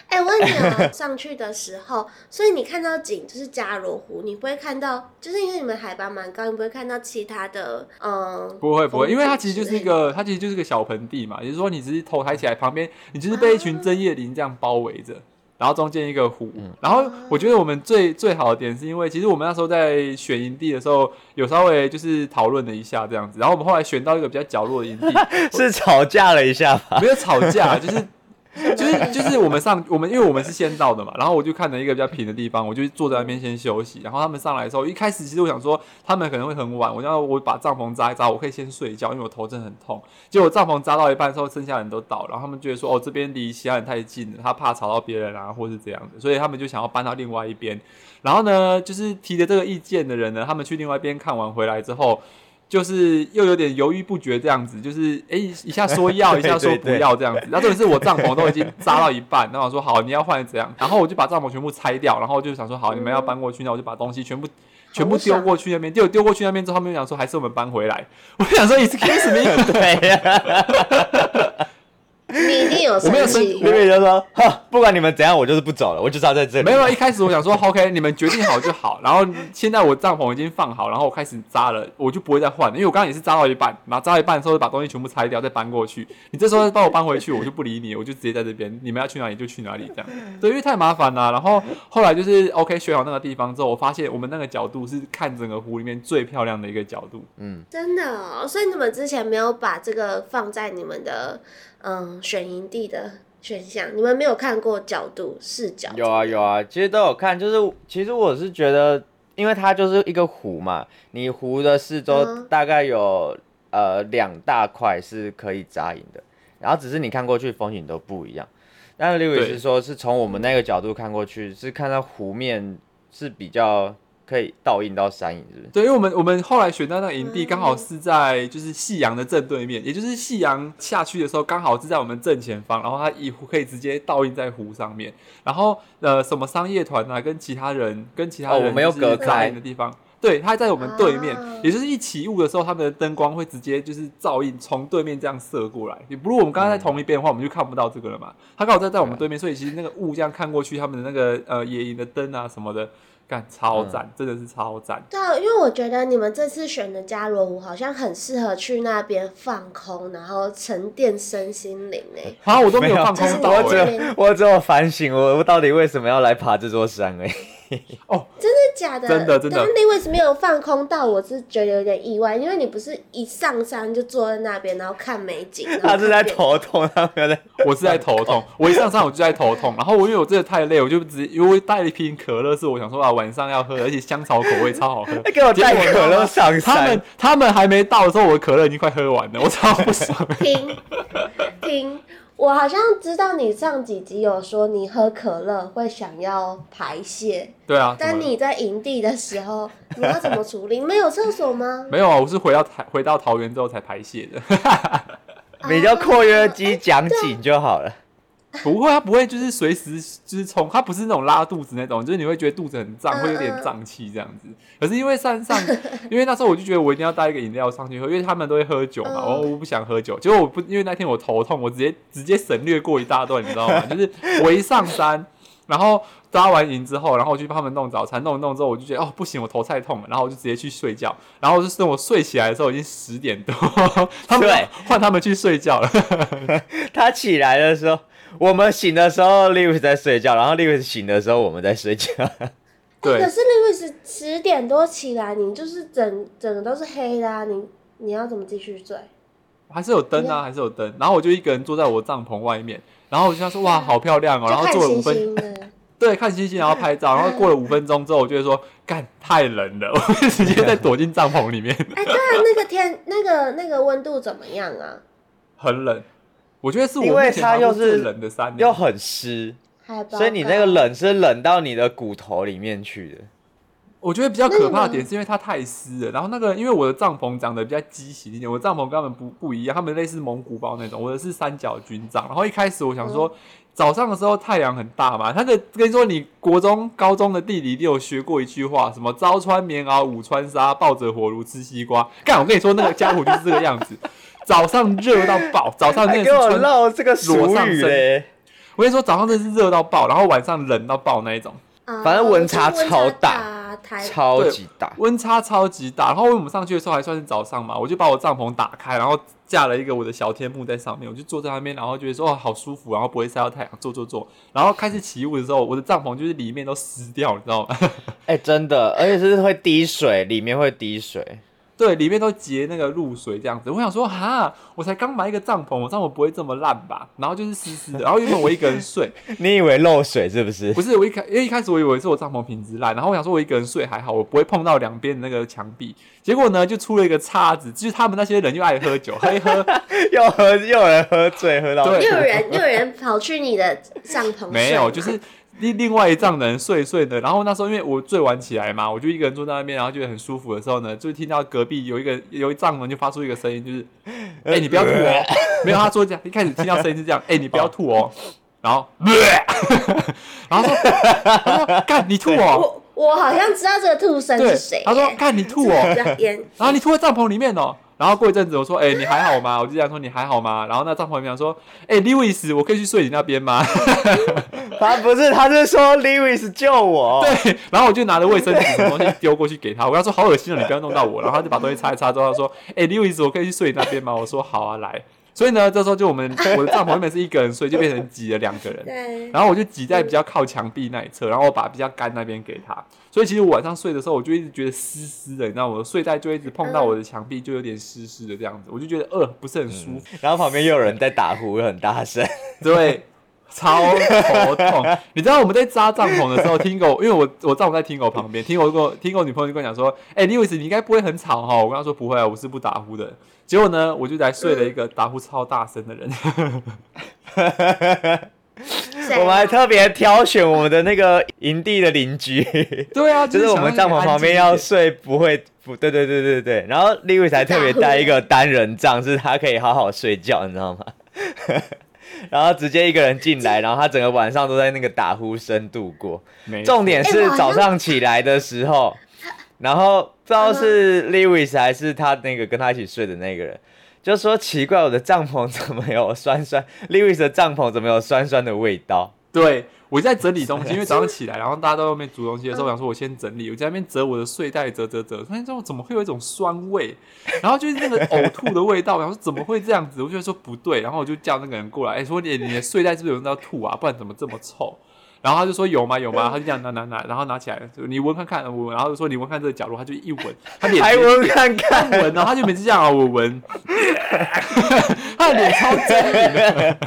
[SPEAKER 3] 哎、我问你哦，上去的时候，所以你看到景就是加罗湖，你不会看到，就是因为你们海拔蛮高，你不会看到其他的，嗯，
[SPEAKER 2] 不会不会，因为它
[SPEAKER 3] 风
[SPEAKER 2] 其
[SPEAKER 3] 景
[SPEAKER 2] 实就是
[SPEAKER 3] 之
[SPEAKER 2] 一
[SPEAKER 3] 类的
[SPEAKER 2] 个，它其实就是一个小盆地嘛，也就是说你只是头抬起来，旁边你就是被一群针叶林这样包围着，然后中间一个湖。然后我觉得我们最最好的点是因为，其实我们那时候在选营地的时候，有稍微就是讨论了一下这样子，然后我们后来选到一个比较角落的营地，
[SPEAKER 1] 是吵架了一下 吧？
[SPEAKER 2] 没有吵架，就是。就是就是我们上我们因为我们是先到的嘛，然后我就看了一个比较平的地方，我就坐在那边先休息。然后他们上来的时候，一开始其实我想说他们可能会很晚，我要我把帐篷扎一扎，我可以先睡一觉，因为我头真的很痛。结果帐篷扎到一半之后，剩下人都到，然后他们觉得说哦这边离其他人太近了，他怕吵到别人啊，或是这样子，所以他们就想要搬到另外一边。然后呢，就是提的这个意见的人呢，他们去另外一边看完回来之后。就是又有点犹豫不决这样子，就是哎、一下说要，一下说不要这样子。然后重点是我帐篷都已经扎到一半，然后我说好，你要换怎样？然后我就把帐篷全部拆掉，然后就想说好，你们要搬过去，那我就把东西全部全部丢过去那边，丢丢过去那边之后，他们就想说还是我们搬回来。 我想说 excuse me，
[SPEAKER 1] 对呀、
[SPEAKER 3] 你一定有
[SPEAKER 2] 我没有
[SPEAKER 3] 生
[SPEAKER 2] 生
[SPEAKER 3] 气
[SPEAKER 1] 妹。妹就说：“哼，不管你们怎样，我就是不走了，我就要在这里。”
[SPEAKER 2] 没有，一啊开始我想说 OK，你们决定好就好。然后 现在我帐篷已经放好，然后我开始扎了，我就不会再换了，因为我刚刚也是扎到一半，然后扎到一半的时候把东西全部拆掉再搬过去。你这时候再帮我搬回去，我就不理你，我就直接在这边，你们要去哪里就去哪里这样。对，因为太麻烦了。然后后来就是 OK 选好那个地方之后，我发现我们那个角度是看整个湖里面最漂亮的一个角度。
[SPEAKER 1] 嗯
[SPEAKER 3] 真的哦，所以你们之前没有把这个放在你们的嗯选营地的选项，你们没有看过角度视角。
[SPEAKER 1] 有啊有啊，其实都有看，就是其实我是觉得，因为它就是一个湖嘛，你湖的四周
[SPEAKER 3] 嗯
[SPEAKER 1] 大概有、呃两大块是可以扎营的，然后只是你看过去风景都不一样。但刘伟
[SPEAKER 2] 对
[SPEAKER 1] 是说，是从我们那个角度看过去，是看到湖面是比较可以倒映到山影，是不是？
[SPEAKER 2] 对，因为我们我们后来选到那个营地，
[SPEAKER 3] 嗯
[SPEAKER 2] 刚好是在就是夕阳的正对面，也就是夕阳下去的时候，刚好是在我们正前方，然后它一湖可以直接倒映在湖上面。然后呃，什么商业团啊，跟其他人跟其他
[SPEAKER 1] 哦
[SPEAKER 2] 人
[SPEAKER 1] 我们有
[SPEAKER 2] 就是
[SPEAKER 1] 隔
[SPEAKER 2] 扎
[SPEAKER 1] 开
[SPEAKER 2] 营的地方，对，它在我们对面，
[SPEAKER 3] 啊
[SPEAKER 2] 也就是一起雾的时候，他们的灯光会直接就是照映从对面这样射过来。你不如我们刚
[SPEAKER 1] 嗯
[SPEAKER 2] 刚在同一边的话，我们就看不到这个了嘛。它刚好在在我们对面，所以其实那个雾这样看过去，他们的那个呃野营的灯啊什么的，干
[SPEAKER 1] 嗯
[SPEAKER 2] 超赞，真的是超赞。
[SPEAKER 3] 对啊，因为我觉得你们这次选的加罗湖好像很适合去那边放空，然后沉淀身心灵欸诶。
[SPEAKER 2] 啊，我都 没有
[SPEAKER 1] 没有
[SPEAKER 2] 放
[SPEAKER 3] 就是
[SPEAKER 2] 空到、
[SPEAKER 3] 我
[SPEAKER 1] 我
[SPEAKER 2] 欸
[SPEAKER 1] 只
[SPEAKER 3] 这边
[SPEAKER 1] 有我只有反省，我我到底为什么要来爬这座山而已。
[SPEAKER 3] 真的假的？
[SPEAKER 2] 真的真的
[SPEAKER 3] 但 Lewis 没有放空到，我是觉得有点意外，因为你不是一上山就坐在那边，然后看美 景。然后
[SPEAKER 1] 他是在
[SPEAKER 3] 看电
[SPEAKER 1] 头痛，他没有在。
[SPEAKER 2] 我是在头痛，我一上山我就在头痛，然后我因为我真的太累，我就直接因为我带了一瓶可乐，是我想说啊晚上要喝，而且香草口味超好喝。
[SPEAKER 1] 给我带
[SPEAKER 2] 结果
[SPEAKER 1] 可乐上
[SPEAKER 2] 他
[SPEAKER 1] 山
[SPEAKER 2] 们他们还没到的时候，我的可乐已经快喝完了，我超不爽。
[SPEAKER 3] 听听，我好像知道你上几集有说你喝可乐会想要排泄，
[SPEAKER 2] 对啊，怎
[SPEAKER 3] 但
[SPEAKER 2] 么了
[SPEAKER 3] 你在营地的时候，你要怎么处理？没有厕 所吗？
[SPEAKER 2] 没有啊，我是回到台回到桃园之后才排泄的。
[SPEAKER 1] 你就括约
[SPEAKER 3] 啊
[SPEAKER 1] 肌讲紧就好了。
[SPEAKER 2] 不会，它不会就是随时就是冲，它不是那种拉肚子那种，就是你会觉得肚子很胀，
[SPEAKER 3] 嗯
[SPEAKER 2] 会有点胀气这样子。可是因为山上， 因为那时候我就觉得我一定要带一个饮料上去喝，因为他们都会喝酒嘛，哦
[SPEAKER 3] 嗯
[SPEAKER 2] 我我不想喝酒。结果我不，因为那天我头痛，我直接直接省略过一大段，你知道吗？就是我一上山。然后扎完营之后，然后我去帮他们弄早餐，弄一弄之后，我就觉得哦不行，我头太痛了，然后我就直接去睡觉。然后就是等我睡起来的时候，已经十点多， 他们
[SPEAKER 1] 对
[SPEAKER 2] 换他们去睡觉了。
[SPEAKER 1] 他起来的时候，我们醒的时候 l e w i s 在睡觉，然后 l e w i s 醒的时候我们在睡觉。
[SPEAKER 2] 对，
[SPEAKER 3] 可是 Lewis 十点多起来，你就是整整个都是黑的、啊，你你要怎么继续睡？
[SPEAKER 2] 还是有灯啊，还是有灯。然后我就一个人坐在我帐篷外面，然后我就想说哇，好漂亮哦。
[SPEAKER 3] 嗯就
[SPEAKER 2] 然后
[SPEAKER 3] 看
[SPEAKER 2] 坐了五
[SPEAKER 3] 星
[SPEAKER 2] 分，
[SPEAKER 3] 星的。
[SPEAKER 2] 对，看星星，然后拍照。然后过了五分钟之后，我就会说干太冷了，我就直接再躲进帐篷里面，
[SPEAKER 3] 哎，对啊，那个天，那个那个温度怎么样啊？
[SPEAKER 2] 很冷。我觉得是我
[SPEAKER 1] 因为
[SPEAKER 2] 目前
[SPEAKER 1] 它
[SPEAKER 2] 爬过
[SPEAKER 1] 又
[SPEAKER 2] 最
[SPEAKER 1] 是
[SPEAKER 2] 冷的山，
[SPEAKER 1] 又很湿，
[SPEAKER 3] 海拔高，
[SPEAKER 1] 所以你那个冷是冷到你的骨头里面去的。
[SPEAKER 2] 我觉得比较
[SPEAKER 3] 那你
[SPEAKER 2] 可怕的
[SPEAKER 3] 们
[SPEAKER 2] 点是因为它太湿了，然后那个因为我的帐篷长得比较畸形一点，我的帐篷跟他们不不一样，他们类似蒙古包那种，我的是三角军帐。然后一开始我想
[SPEAKER 1] 嗯
[SPEAKER 2] 说，早上的时候太阳很大嘛，他的跟你说你国中、高中的地理，你有学过一句话，什么朝穿棉袄，午穿纱，抱着火炉吃西瓜。干，我跟你说那个家伙就是这个样 子，早上热到爆，早上真
[SPEAKER 1] 还
[SPEAKER 2] 的
[SPEAKER 1] 哎给
[SPEAKER 2] 哦是
[SPEAKER 1] 我
[SPEAKER 2] 穿
[SPEAKER 1] 唠这个俗
[SPEAKER 2] 裸上
[SPEAKER 1] 语
[SPEAKER 2] 身
[SPEAKER 1] 嘞，
[SPEAKER 2] 我跟你说，早上真的是热到爆，然后晚上冷到爆那一种，
[SPEAKER 3] 啊
[SPEAKER 1] 反正温差
[SPEAKER 3] 我觉得温
[SPEAKER 1] 超大
[SPEAKER 3] 大，台
[SPEAKER 1] 超
[SPEAKER 2] 对
[SPEAKER 1] 级大。
[SPEAKER 2] 温差超级大。然后我们上去的时候还算是早上嘛，我就把我帐篷打开，然后架了一个我的小天幕在上面，我就坐在那边，然后觉得说哦好舒服，然后不会晒到太阳，坐坐坐。然后开始起雾的时候，我的帐篷就是里面都湿掉，你知道吗？
[SPEAKER 1] 哎、真的，而且是会滴水，里面会滴水。
[SPEAKER 2] 对，里面都结那个露水这样子。我想说，哈，我才刚买一个帐篷，我帐篷不会这么烂吧？然后就是湿湿的，然后原本我一个人睡，
[SPEAKER 1] 你以为漏水是不是？
[SPEAKER 2] 不是我一开，因为一开始我以为是我帐篷品质烂，然后我想说我一个人睡还好，我不会碰到两边的那个墙壁。结果呢，就出了一个叉子，就是他们那些人又爱喝酒，喝一喝，
[SPEAKER 1] 又喝又有人喝醉，喝到
[SPEAKER 2] 对
[SPEAKER 3] 又有人又有人跑去你的帐篷睡吗，
[SPEAKER 2] 没有，就是另另外一帐的人睡一睡的。然后那时候因为我最晚起来嘛，我就一个人坐在那边，然后觉得很舒服的时候呢，就听到隔壁有一个有一帐人就发出一个声音， 就是哎、你不要吐哦， 没有他说这样，一开始听到声音是这样，哎、你不要吐哦，然后， 然后说，他说干你吐哦，
[SPEAKER 3] 我我好像知道这个兔神
[SPEAKER 2] 对
[SPEAKER 3] 是谁，耶，
[SPEAKER 2] 他
[SPEAKER 3] 哎
[SPEAKER 2] 说干你吐哦，
[SPEAKER 3] 这个 演
[SPEAKER 2] 然后你吐在帐篷里面哦。然后过一阵子，我说：“哎、你还好吗？”我就这样说：“你还好吗？”然后那帐篷里面讲说：“哎、l e w i s 我可以去睡你那边吗
[SPEAKER 1] 他不是，他是说 Lewis 救我。？”
[SPEAKER 2] 对。然后我就拿着卫生纸什么东西丢过去给他，我跟他说：“好恶心哦，你不要弄到我。”然后他就把东西擦一擦之后，他说：“哎、l e w i s 我可以去睡你那边吗？”我说：“好啊，来。”所以呢，这时候就我们 我的帐篷原本是一个人睡，就变成挤了两个人。
[SPEAKER 3] 对，
[SPEAKER 2] 然后我就挤在比较靠墙壁那一侧，然后我把比较干那边给他。所以其实我晚上睡的时候，我就一直觉得湿湿的，你知道，我的睡袋就一直碰到我的墙壁，就有点湿湿的这样子，我就觉得呃不是很舒服，
[SPEAKER 1] 然后旁边又有人在打呼，又很大声。
[SPEAKER 2] 对，超头痛。你知道我们在扎帐篷的时候，听狗，因为我我帐篷在听狗旁边，听狗跟我听狗女朋友就跟我讲说，哎、李 l e w i s 你应该不会很吵哈。我跟他说不会啊，我是不打呼的。结果呢，我就来睡了一个打呼超大声的人。
[SPEAKER 3] 谁 啊
[SPEAKER 1] 我们还特别挑选我们的那个营地的邻居，
[SPEAKER 2] 对啊，
[SPEAKER 1] 就是我们帐
[SPEAKER 2] 想
[SPEAKER 1] 篷
[SPEAKER 2] 让你
[SPEAKER 1] 旁边
[SPEAKER 2] 安静一
[SPEAKER 1] 要
[SPEAKER 2] 点
[SPEAKER 1] 睡不会不对对对对对。然后 Lewis 还特别带一个单人帐，是他可以好好睡觉，你知道吗？然后直接一个人进来，然后他整个晚上都在那个打呼声度过。
[SPEAKER 2] 没错
[SPEAKER 1] 重点是早上起来的时候，然后不知道是 Lewis 还是他那个跟他一起睡的那个人，就说奇怪，我的帐篷怎么有酸酸？Lewis 的帐篷怎么有酸酸的味道？
[SPEAKER 2] 对，我在整理东
[SPEAKER 1] 啊
[SPEAKER 2] 西，因为早上起来，然后大家都在外面煮东西的
[SPEAKER 1] 嗯
[SPEAKER 2] 时候，我想说我先整理，我在那边折我的睡袋，折折折，突然间我怎么会有一种酸味，然后就是那个呕吐的味道，然后 怎么会这样子？我就说不对，然后我就叫那个人过来，哎、说你你的睡袋是不是有人在吐啊？不然怎么这么臭？然后他就说有吗有
[SPEAKER 1] 嗯
[SPEAKER 2] 吗？他就这样拿拿拿，然后拿起来，就你闻看看，我闻然后就说你闻看这个角落，他就一闻， 他脸
[SPEAKER 1] 还
[SPEAKER 2] 直接
[SPEAKER 1] 闻看看，
[SPEAKER 2] 闻，然后他就每次这样啊，我闻，他的脸超狰狞的，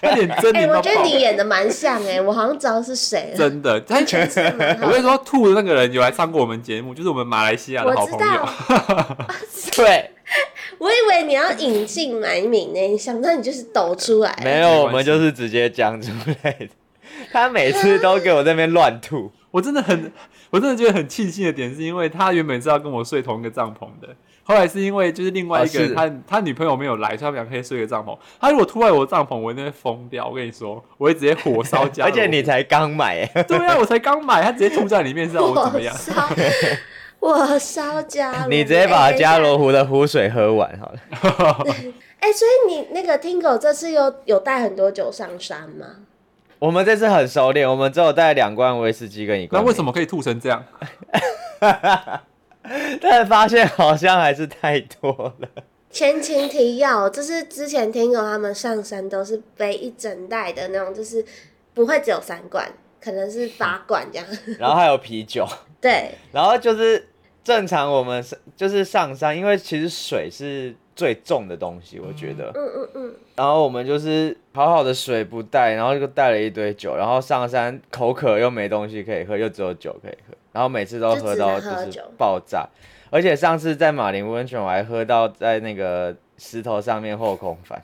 [SPEAKER 2] 他脸狰
[SPEAKER 3] 哎、
[SPEAKER 2] 狞
[SPEAKER 3] 我
[SPEAKER 2] 到
[SPEAKER 3] 觉得
[SPEAKER 2] 爆
[SPEAKER 3] 你。演的蛮像哎、我好像知道 是谁了。
[SPEAKER 2] 真的，他
[SPEAKER 3] 真 是蛮好
[SPEAKER 2] 我跟你说，吐的那个人有来上过我们节目，就是我们马来西亚的
[SPEAKER 3] 我
[SPEAKER 2] 好
[SPEAKER 3] 知
[SPEAKER 2] 朋
[SPEAKER 3] 道
[SPEAKER 2] 友。，
[SPEAKER 1] 对，
[SPEAKER 3] 我以为你要引进埋名呢、想不到你就是抖出来。
[SPEAKER 1] 没
[SPEAKER 2] 没关
[SPEAKER 1] 有，
[SPEAKER 2] 系
[SPEAKER 1] 我们就是直接讲出来的。他每次都给我在那边乱 吐，
[SPEAKER 2] 我真的很，我真的觉得很庆幸的点，是因为他原本是要跟我睡同一个帐篷的，后来是因为就是另外一个
[SPEAKER 1] 哦是
[SPEAKER 2] 人，他他女朋友没有来，所以他们俩可以睡一个帐篷。他如果吐在我帐篷，我一定会疯掉。我跟你说，我会直接火烧家。
[SPEAKER 1] 而且你才刚买耶，
[SPEAKER 2] 对啊，我才刚买，他直接吐在里面，是让 我怎么样？
[SPEAKER 3] 烧， 我烧加
[SPEAKER 1] 你直接把
[SPEAKER 3] 加
[SPEAKER 1] 加罗湖的湖水喝完好了。
[SPEAKER 3] 哎、所以你那个 Tingo 这次有有带很多酒上山吗？
[SPEAKER 1] 我们这次很熟练，我们只有带两罐威士忌跟一
[SPEAKER 2] 那
[SPEAKER 1] 罐。
[SPEAKER 2] 为什么可以吐成这样？
[SPEAKER 1] 但发现好像还是太多 了。
[SPEAKER 3] 前情提要，就是之前 Tingo 他们上山都是背一整袋的那种，就是不会只有三罐，可能是八罐这样。
[SPEAKER 1] 然后还有啤酒，
[SPEAKER 3] 对，
[SPEAKER 1] 然后就是正常我们是就是上山，因为其实水是最重的东西，我觉得。
[SPEAKER 3] 嗯嗯嗯，
[SPEAKER 1] 然后我们就是好好的水不带，然后就带了一堆酒，然后上山口渴又没东西可以喝，又只有酒可以喝，然后每次都喝到
[SPEAKER 3] 就只能喝
[SPEAKER 1] 就是
[SPEAKER 3] 酒
[SPEAKER 1] 爆炸。而且上次在马林温泉，我还喝到在那个石头上面后空翻，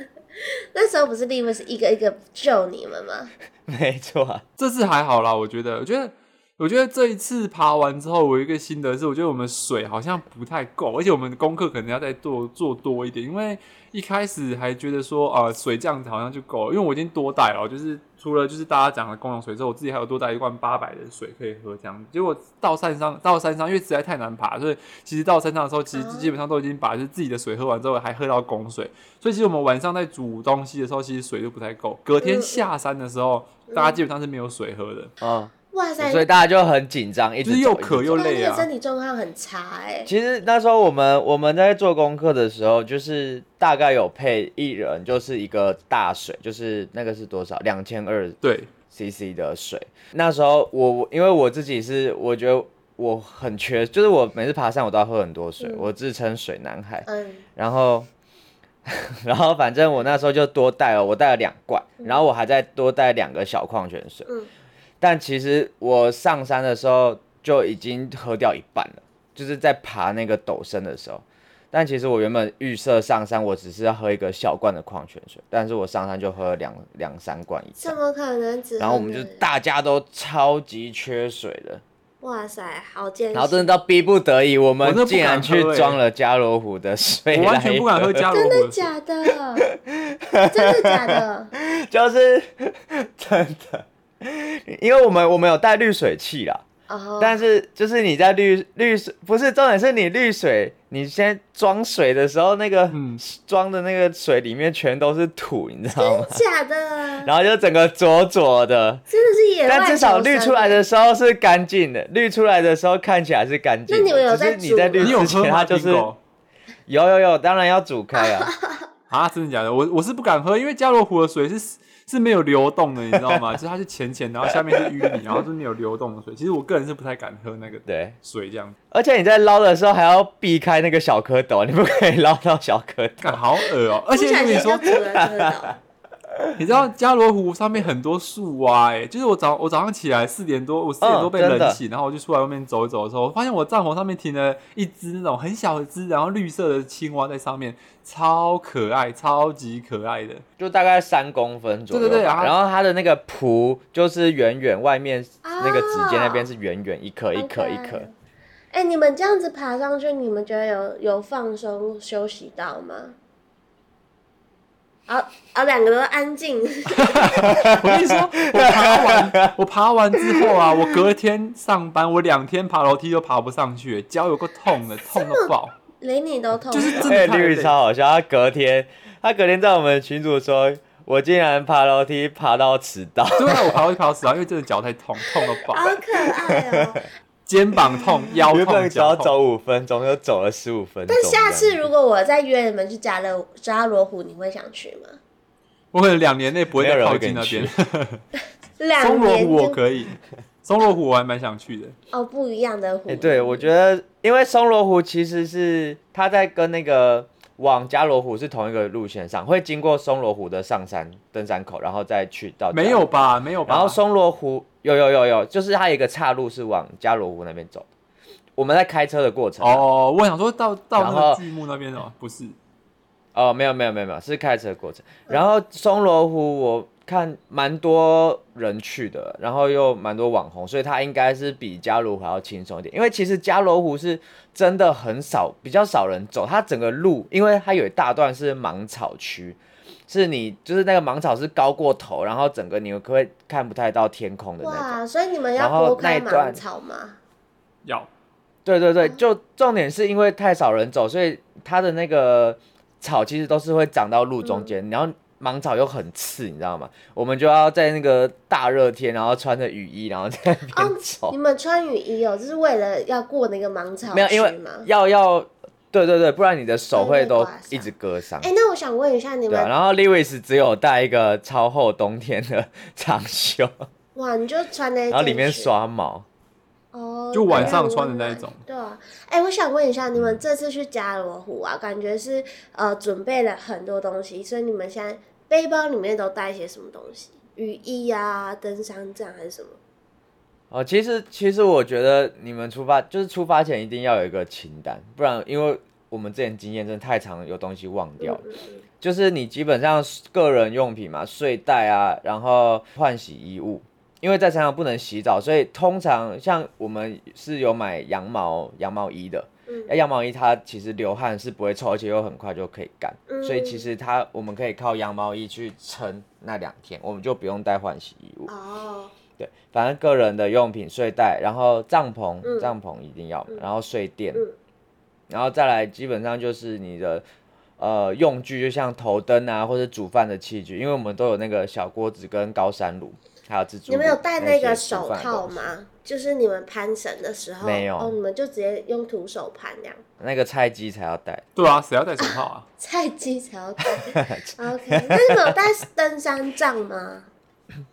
[SPEAKER 3] 那时候不是 l e w i s 一个一个救你们吗？
[SPEAKER 1] 没错啊、
[SPEAKER 2] 这次还好啦，我觉得，我觉得我觉得这一次爬完之后，我有一个心得是，我觉得我们水好像不太够，而且我们的功课可能要再做做多一点，因为一开始还觉得说，呃，水这样子好像就够了，因为我已经多带了，就是除了就是大家讲的公用水之后，我自己还有多带一罐八百的水可以喝，这样子。结果到山上，到山上，因为实在太难爬，所以其实到山上的时候，其实
[SPEAKER 3] 哦
[SPEAKER 2] 基本上都已经把就是自己的水喝完之后，还喝到供水，所以其实我们晚上在煮东西的时候，其实水就不太够。隔天
[SPEAKER 3] 嗯
[SPEAKER 2] 下山的时候，大家基本上是没有水喝的。
[SPEAKER 1] 嗯，
[SPEAKER 3] 哇塞，
[SPEAKER 1] 所以大家就很紧张，一直
[SPEAKER 2] 就是又
[SPEAKER 1] 走一直
[SPEAKER 2] 渴又
[SPEAKER 3] 哇
[SPEAKER 2] 累
[SPEAKER 3] 那
[SPEAKER 2] 啊
[SPEAKER 3] 个！身体状况很差哎、
[SPEAKER 1] 其实那时候我们我们在做功课的时候，就是大概有配一人就是一个大水，就是那个是多少？两千二
[SPEAKER 2] 对，
[SPEAKER 1] CC 的水。那时候我我因为我自己是我觉得我很缺，就是我每次爬山我都要喝很多水，
[SPEAKER 3] 嗯
[SPEAKER 1] 我自称水男孩。
[SPEAKER 3] 嗯，
[SPEAKER 1] 然后 然后反正我那时候就多带了，我带了两罐，然后我还再多带两个小矿泉水。
[SPEAKER 3] 嗯
[SPEAKER 1] 但其实我上山的时候就已经喝掉一半了，就是在爬那个陡升的时候。但其实我原本预设上山我只是要喝一个小罐的矿泉水，但是我上山就喝了两两三罐以
[SPEAKER 3] 怎
[SPEAKER 1] 上。
[SPEAKER 3] 么可能只？
[SPEAKER 1] 然后我们就，大家都超级缺水的，
[SPEAKER 3] 哇塞，好艰
[SPEAKER 1] 然后真
[SPEAKER 3] 辛，
[SPEAKER 1] 的到逼不得已，我
[SPEAKER 2] 我
[SPEAKER 1] 们
[SPEAKER 2] 真的不
[SPEAKER 1] 竟然
[SPEAKER 2] 敢
[SPEAKER 1] 去
[SPEAKER 2] 喝欸
[SPEAKER 1] 装了加罗湖的水
[SPEAKER 2] 我
[SPEAKER 1] 来，
[SPEAKER 2] 完全不敢喝加罗
[SPEAKER 3] 真
[SPEAKER 2] 湖
[SPEAKER 3] 的
[SPEAKER 2] 的水。
[SPEAKER 3] 假的？真的假 的？
[SPEAKER 1] 就是真的，因为我们我们有带滤水器啦，
[SPEAKER 3] 哦，
[SPEAKER 1] 但是就是你在滤滤水，不是重点是你滤水，你先装水的时候，那个
[SPEAKER 2] 嗯
[SPEAKER 1] 装的那个水里面全都是土，你知道吗？
[SPEAKER 3] 假的，
[SPEAKER 1] 然后就整个浊浊的，
[SPEAKER 3] 真的是野外
[SPEAKER 1] 但至少
[SPEAKER 3] 求生
[SPEAKER 1] 滤出来的。时候是干净的，滤出来的时候看起来是干净的。
[SPEAKER 3] 那你们有
[SPEAKER 1] 只是
[SPEAKER 3] 在
[SPEAKER 1] 你
[SPEAKER 3] 煮
[SPEAKER 1] 在
[SPEAKER 3] 吗
[SPEAKER 1] 滤
[SPEAKER 2] 你有
[SPEAKER 1] 之
[SPEAKER 2] 喝
[SPEAKER 1] 前，
[SPEAKER 2] 吗？
[SPEAKER 1] 它就是
[SPEAKER 2] 苹果
[SPEAKER 1] 有有有，当然要煮开 啊。
[SPEAKER 2] 啊，真的假的？我我是不敢喝，因为加罗湖的水是是没有流动的，你知道吗？就是它是浅浅，然后下面是淤泥，然后是没有流动的水。其实我个人是不太敢喝那个
[SPEAKER 1] 对，
[SPEAKER 2] 水，这样
[SPEAKER 1] 而且你在捞的时候还要避开那个小蝌蚪，你不可以捞到小蝌蚪。
[SPEAKER 2] 干好恶哦、而且
[SPEAKER 3] 不小
[SPEAKER 2] 你
[SPEAKER 3] 心
[SPEAKER 2] 说
[SPEAKER 3] 就煮了这个岛
[SPEAKER 2] 你知道加罗湖上面很多树蛙、欸，就是我早我早上起来四点多，我四点多被
[SPEAKER 1] 嗯真的
[SPEAKER 2] 冷醒，然后我就出来外面走一走的时候，我发现我帐篷上面停了一只那种很小的只，然后绿色的青蛙在上面，超可爱，超级可爱的。
[SPEAKER 1] 就大概三公分左右吧，
[SPEAKER 2] 对对对啊然后
[SPEAKER 1] 然后它的那个蹼就是远远外面
[SPEAKER 3] 啊
[SPEAKER 1] 那个指尖那边是远远一颗 一颗一颗，。
[SPEAKER 3] OK 哎、你们这样子爬上去，你们觉得有有放松休息到吗？啊啊，两个都安静，
[SPEAKER 2] 我跟你说，我爬完我爬完之后啊，我隔天上班，我两天爬楼梯都爬不上去、欸脚有个 痛的，痛到爆。
[SPEAKER 3] 连你都痛。
[SPEAKER 2] 就是真
[SPEAKER 1] 哎，
[SPEAKER 2] 的太
[SPEAKER 1] 绿
[SPEAKER 2] 累
[SPEAKER 1] 绿超好笑，他隔天他隔天在我们群组说，我竟然爬楼梯爬到迟到，
[SPEAKER 2] 对啊，我爬楼梯爬到死啊，因为真的脚太痛，痛到爆，
[SPEAKER 3] 好可 爱哦、
[SPEAKER 2] 肩膀痛、腰
[SPEAKER 1] 啊原
[SPEAKER 2] 痛、
[SPEAKER 1] 本只要
[SPEAKER 2] 脚痛。
[SPEAKER 1] 走五分钟，就走了十五分钟
[SPEAKER 3] 但
[SPEAKER 1] 这样。
[SPEAKER 3] 下次如果我再约你们去加勒加罗湖，你会想去吗？
[SPEAKER 2] 我可能两年内不会
[SPEAKER 1] 没有
[SPEAKER 2] 再
[SPEAKER 1] 人
[SPEAKER 2] 靠
[SPEAKER 1] 会跟
[SPEAKER 2] 近
[SPEAKER 1] 你
[SPEAKER 2] 那边。
[SPEAKER 3] 两
[SPEAKER 2] 松罗
[SPEAKER 3] 年
[SPEAKER 2] 湖我
[SPEAKER 3] 就
[SPEAKER 2] 可以，松罗湖我还蛮想去的。
[SPEAKER 3] 哦，不一样的湖。
[SPEAKER 1] 哎、对，我觉得因为松罗湖其实是它在跟那个往加罗湖是同一个路线上，会经过松罗湖的上山登山口，然后再去到
[SPEAKER 2] 没
[SPEAKER 1] 加罗湖
[SPEAKER 2] 有吧？没有吧？
[SPEAKER 1] 然后松罗湖有有有有，就是它有一个岔路是往加罗湖那边走的。我们在开车的过程哦
[SPEAKER 2] 哦，我想说到到那
[SPEAKER 1] 然后
[SPEAKER 2] 个巨幕那边哦，不是
[SPEAKER 1] 哦，没有没有没有没有，是开车的过程。然后松罗湖我看蛮多人去的，然后又蛮多网红，所以它应该是比加罗湖还要轻松一点。因为其实加罗湖是真的很少，比较少人走，它整个路因为它有一大段是芒草区。是你就是那个芒草是高过头，然后整个你会看不太到天空的那种。
[SPEAKER 3] 哇，所以你们
[SPEAKER 1] 然
[SPEAKER 3] 要
[SPEAKER 1] 后
[SPEAKER 3] 拨
[SPEAKER 1] 那
[SPEAKER 3] 开
[SPEAKER 1] 一段
[SPEAKER 3] 芒草吗？
[SPEAKER 2] 要
[SPEAKER 1] 对对对，
[SPEAKER 3] 嗯
[SPEAKER 1] 就重点是因为太少人走，所以它的那个草其实都是会长到路中间，
[SPEAKER 3] 嗯
[SPEAKER 1] 然后芒草又很刺，你知道吗？我们就要在那个大热天，然后穿着雨衣，然后在那边走
[SPEAKER 3] 哦你，们穿雨衣哦，就是为了要过那个芒草
[SPEAKER 1] 没有，因
[SPEAKER 3] 区
[SPEAKER 1] 为
[SPEAKER 3] 吗？
[SPEAKER 1] 要要，对对对，不然你的手
[SPEAKER 3] 会
[SPEAKER 1] 会
[SPEAKER 3] 被
[SPEAKER 1] 都
[SPEAKER 3] 刮伤
[SPEAKER 1] 一直割伤。
[SPEAKER 3] 哎、那我想问一下你
[SPEAKER 1] 对、
[SPEAKER 3] 们，
[SPEAKER 1] 啊，然后 Lewis 只有带一个超厚冬天的长袖，
[SPEAKER 3] 哇，你就穿那一件去，
[SPEAKER 1] 然后里面刷毛。
[SPEAKER 3] 哦，
[SPEAKER 2] 就晚上
[SPEAKER 3] 那
[SPEAKER 2] 穿的那一种
[SPEAKER 3] 对啊，哎、我想问一下，你们
[SPEAKER 1] 嗯
[SPEAKER 3] 这次去加罗湖啊，感觉是呃准备了很多东西，所以你们现在背包里面都带一些什么东西？雨衣啊，登山杖还是什么？
[SPEAKER 1] 哦，其实其实我觉得你们出发就是出发前一定要有一个清单，不然因为我们之前经验真的太长，有东西忘掉了。
[SPEAKER 3] 嗯嗯
[SPEAKER 1] 就是你基本上个人用品嘛，睡袋啊，然后换洗衣物，因为在山上不能洗澡，所以通常像我们是有买羊毛羊毛衣的，哎
[SPEAKER 3] 嗯
[SPEAKER 1] 那羊毛衣它其实流汗是不会臭，而且又很快就可以干，
[SPEAKER 3] 嗯
[SPEAKER 1] 哎所以其实它我们可以靠羊毛衣去撑那两天，我们就不用带换洗衣物。
[SPEAKER 3] 哦，
[SPEAKER 1] 对，反正个人的用品、睡袋，然后帐篷，
[SPEAKER 3] 嗯
[SPEAKER 1] 帐篷一定要嘛，
[SPEAKER 3] 嗯
[SPEAKER 1] 然后睡垫，
[SPEAKER 3] 嗯
[SPEAKER 1] 然后再来基本上就是你的呃用具，就像头灯啊，或者煮饭的器具，因为我们都有那个小锅子跟高山炉，还有自助。
[SPEAKER 3] 你们有戴那
[SPEAKER 1] 些
[SPEAKER 3] 个手
[SPEAKER 1] 煮饭的
[SPEAKER 3] 套
[SPEAKER 1] 东西？
[SPEAKER 3] 吗？就是你们攀绳的时候，
[SPEAKER 1] 没有
[SPEAKER 3] 哦，你们就直接用徒手攀这样，
[SPEAKER 1] 那个菜鸡才要带，
[SPEAKER 2] 对啊，谁要戴手套啊？
[SPEAKER 3] 菜鸡才要戴。OK，那你们有带登山杖吗？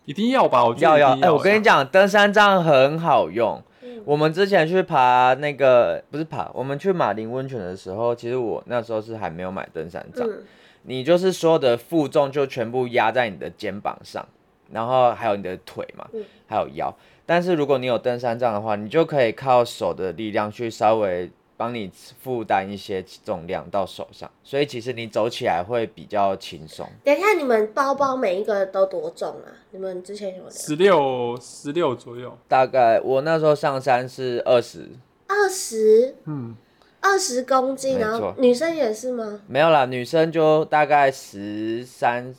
[SPEAKER 2] 一定要吧？我觉得
[SPEAKER 1] 要要。
[SPEAKER 2] 一
[SPEAKER 1] 哎、
[SPEAKER 2] 定要
[SPEAKER 1] 我跟你讲，登山杖很好用。
[SPEAKER 3] 嗯
[SPEAKER 1] 我们之前去爬那个不是爬，我们去马林温泉的时候，其实我那时候是还没有买登山杖。
[SPEAKER 3] 嗯
[SPEAKER 1] 你就是所有的负重就全部压在你的肩膀上，然后还有你的腿嘛，
[SPEAKER 3] 嗯
[SPEAKER 1] 还有腰。但是如果你有登山杖的话，你就可以靠手的力量去稍微帮你负担一些重量到手上，所以其实你走起来会比较轻松。
[SPEAKER 3] 等一下，你们包包每一个都多重啊？你们之前有聊
[SPEAKER 2] 十六十六左右，
[SPEAKER 1] 大概我那时候上山是二十，
[SPEAKER 3] 二十
[SPEAKER 2] 嗯，
[SPEAKER 3] 二十公斤，
[SPEAKER 1] 没
[SPEAKER 3] 然后
[SPEAKER 1] 错
[SPEAKER 3] 女生也是吗？
[SPEAKER 1] 没有啦，女生就大概十三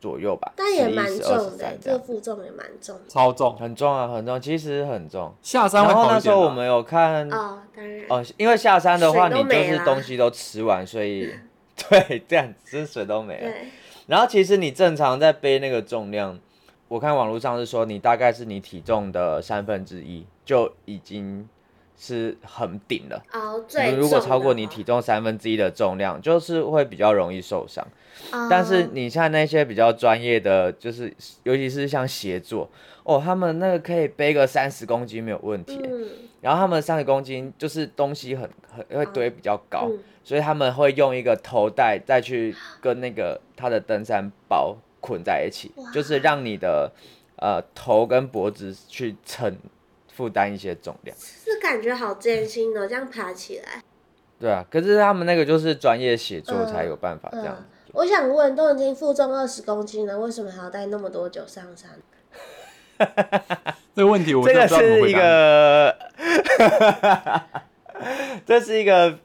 [SPEAKER 1] 左右吧，
[SPEAKER 3] 但也蛮
[SPEAKER 1] 11
[SPEAKER 3] 重的、欸
[SPEAKER 1] 12这
[SPEAKER 3] 这个
[SPEAKER 1] 样
[SPEAKER 3] 负重也蛮重的。
[SPEAKER 2] 超重。
[SPEAKER 1] 很重啊，很重，其实很重。
[SPEAKER 2] 下山
[SPEAKER 1] 然
[SPEAKER 2] 会
[SPEAKER 1] 后
[SPEAKER 2] 好
[SPEAKER 1] 那
[SPEAKER 2] 一
[SPEAKER 1] 时
[SPEAKER 2] 点
[SPEAKER 1] 候
[SPEAKER 2] 啊。
[SPEAKER 1] 我们有看
[SPEAKER 3] 哦，当然。
[SPEAKER 1] 哦，因为下山的话，
[SPEAKER 3] 水
[SPEAKER 1] 你
[SPEAKER 3] 都
[SPEAKER 1] 就
[SPEAKER 3] 没
[SPEAKER 1] 是
[SPEAKER 3] 啦
[SPEAKER 1] 东西都吃完，所以对，这样真水都没了。
[SPEAKER 3] 对，
[SPEAKER 1] 然后其实你正常在背那个重量，我看网络上是说你大概是你体重的三分之一就已经是很顶了。
[SPEAKER 3] 哦，最
[SPEAKER 1] 你如果
[SPEAKER 3] 重
[SPEAKER 1] 超
[SPEAKER 3] 的
[SPEAKER 1] 过你
[SPEAKER 3] 话
[SPEAKER 1] 体，重三分之一的重量，就是会比较容易受伤。
[SPEAKER 3] 哦
[SPEAKER 1] 但是你像那些比较专业的，就是尤其是像协作哦，他们那个可以背个三十公斤没有问题。
[SPEAKER 3] 嗯
[SPEAKER 1] 然后他们三十公斤就是东西很很会堆比较高，
[SPEAKER 3] 啊嗯
[SPEAKER 1] 所以他们会用一个头带再去跟那个他的登山包捆在一起
[SPEAKER 3] 哇，
[SPEAKER 1] 就是让你的呃头跟脖子去撑负担一些重量。
[SPEAKER 3] 这感觉好艰辛哦，这样爬起来。
[SPEAKER 1] 对啊，可是他们那个就是专业写作
[SPEAKER 3] 嗯
[SPEAKER 1] 才有办法这样。
[SPEAKER 3] 嗯，我想问，都已经负重二十公斤了，为什么还要带那么多酒上山？
[SPEAKER 2] 这个问题我
[SPEAKER 1] 这
[SPEAKER 2] 真
[SPEAKER 1] 个
[SPEAKER 2] 的不知道怎么
[SPEAKER 1] 是一
[SPEAKER 2] 回答。
[SPEAKER 1] 个， 这是一个，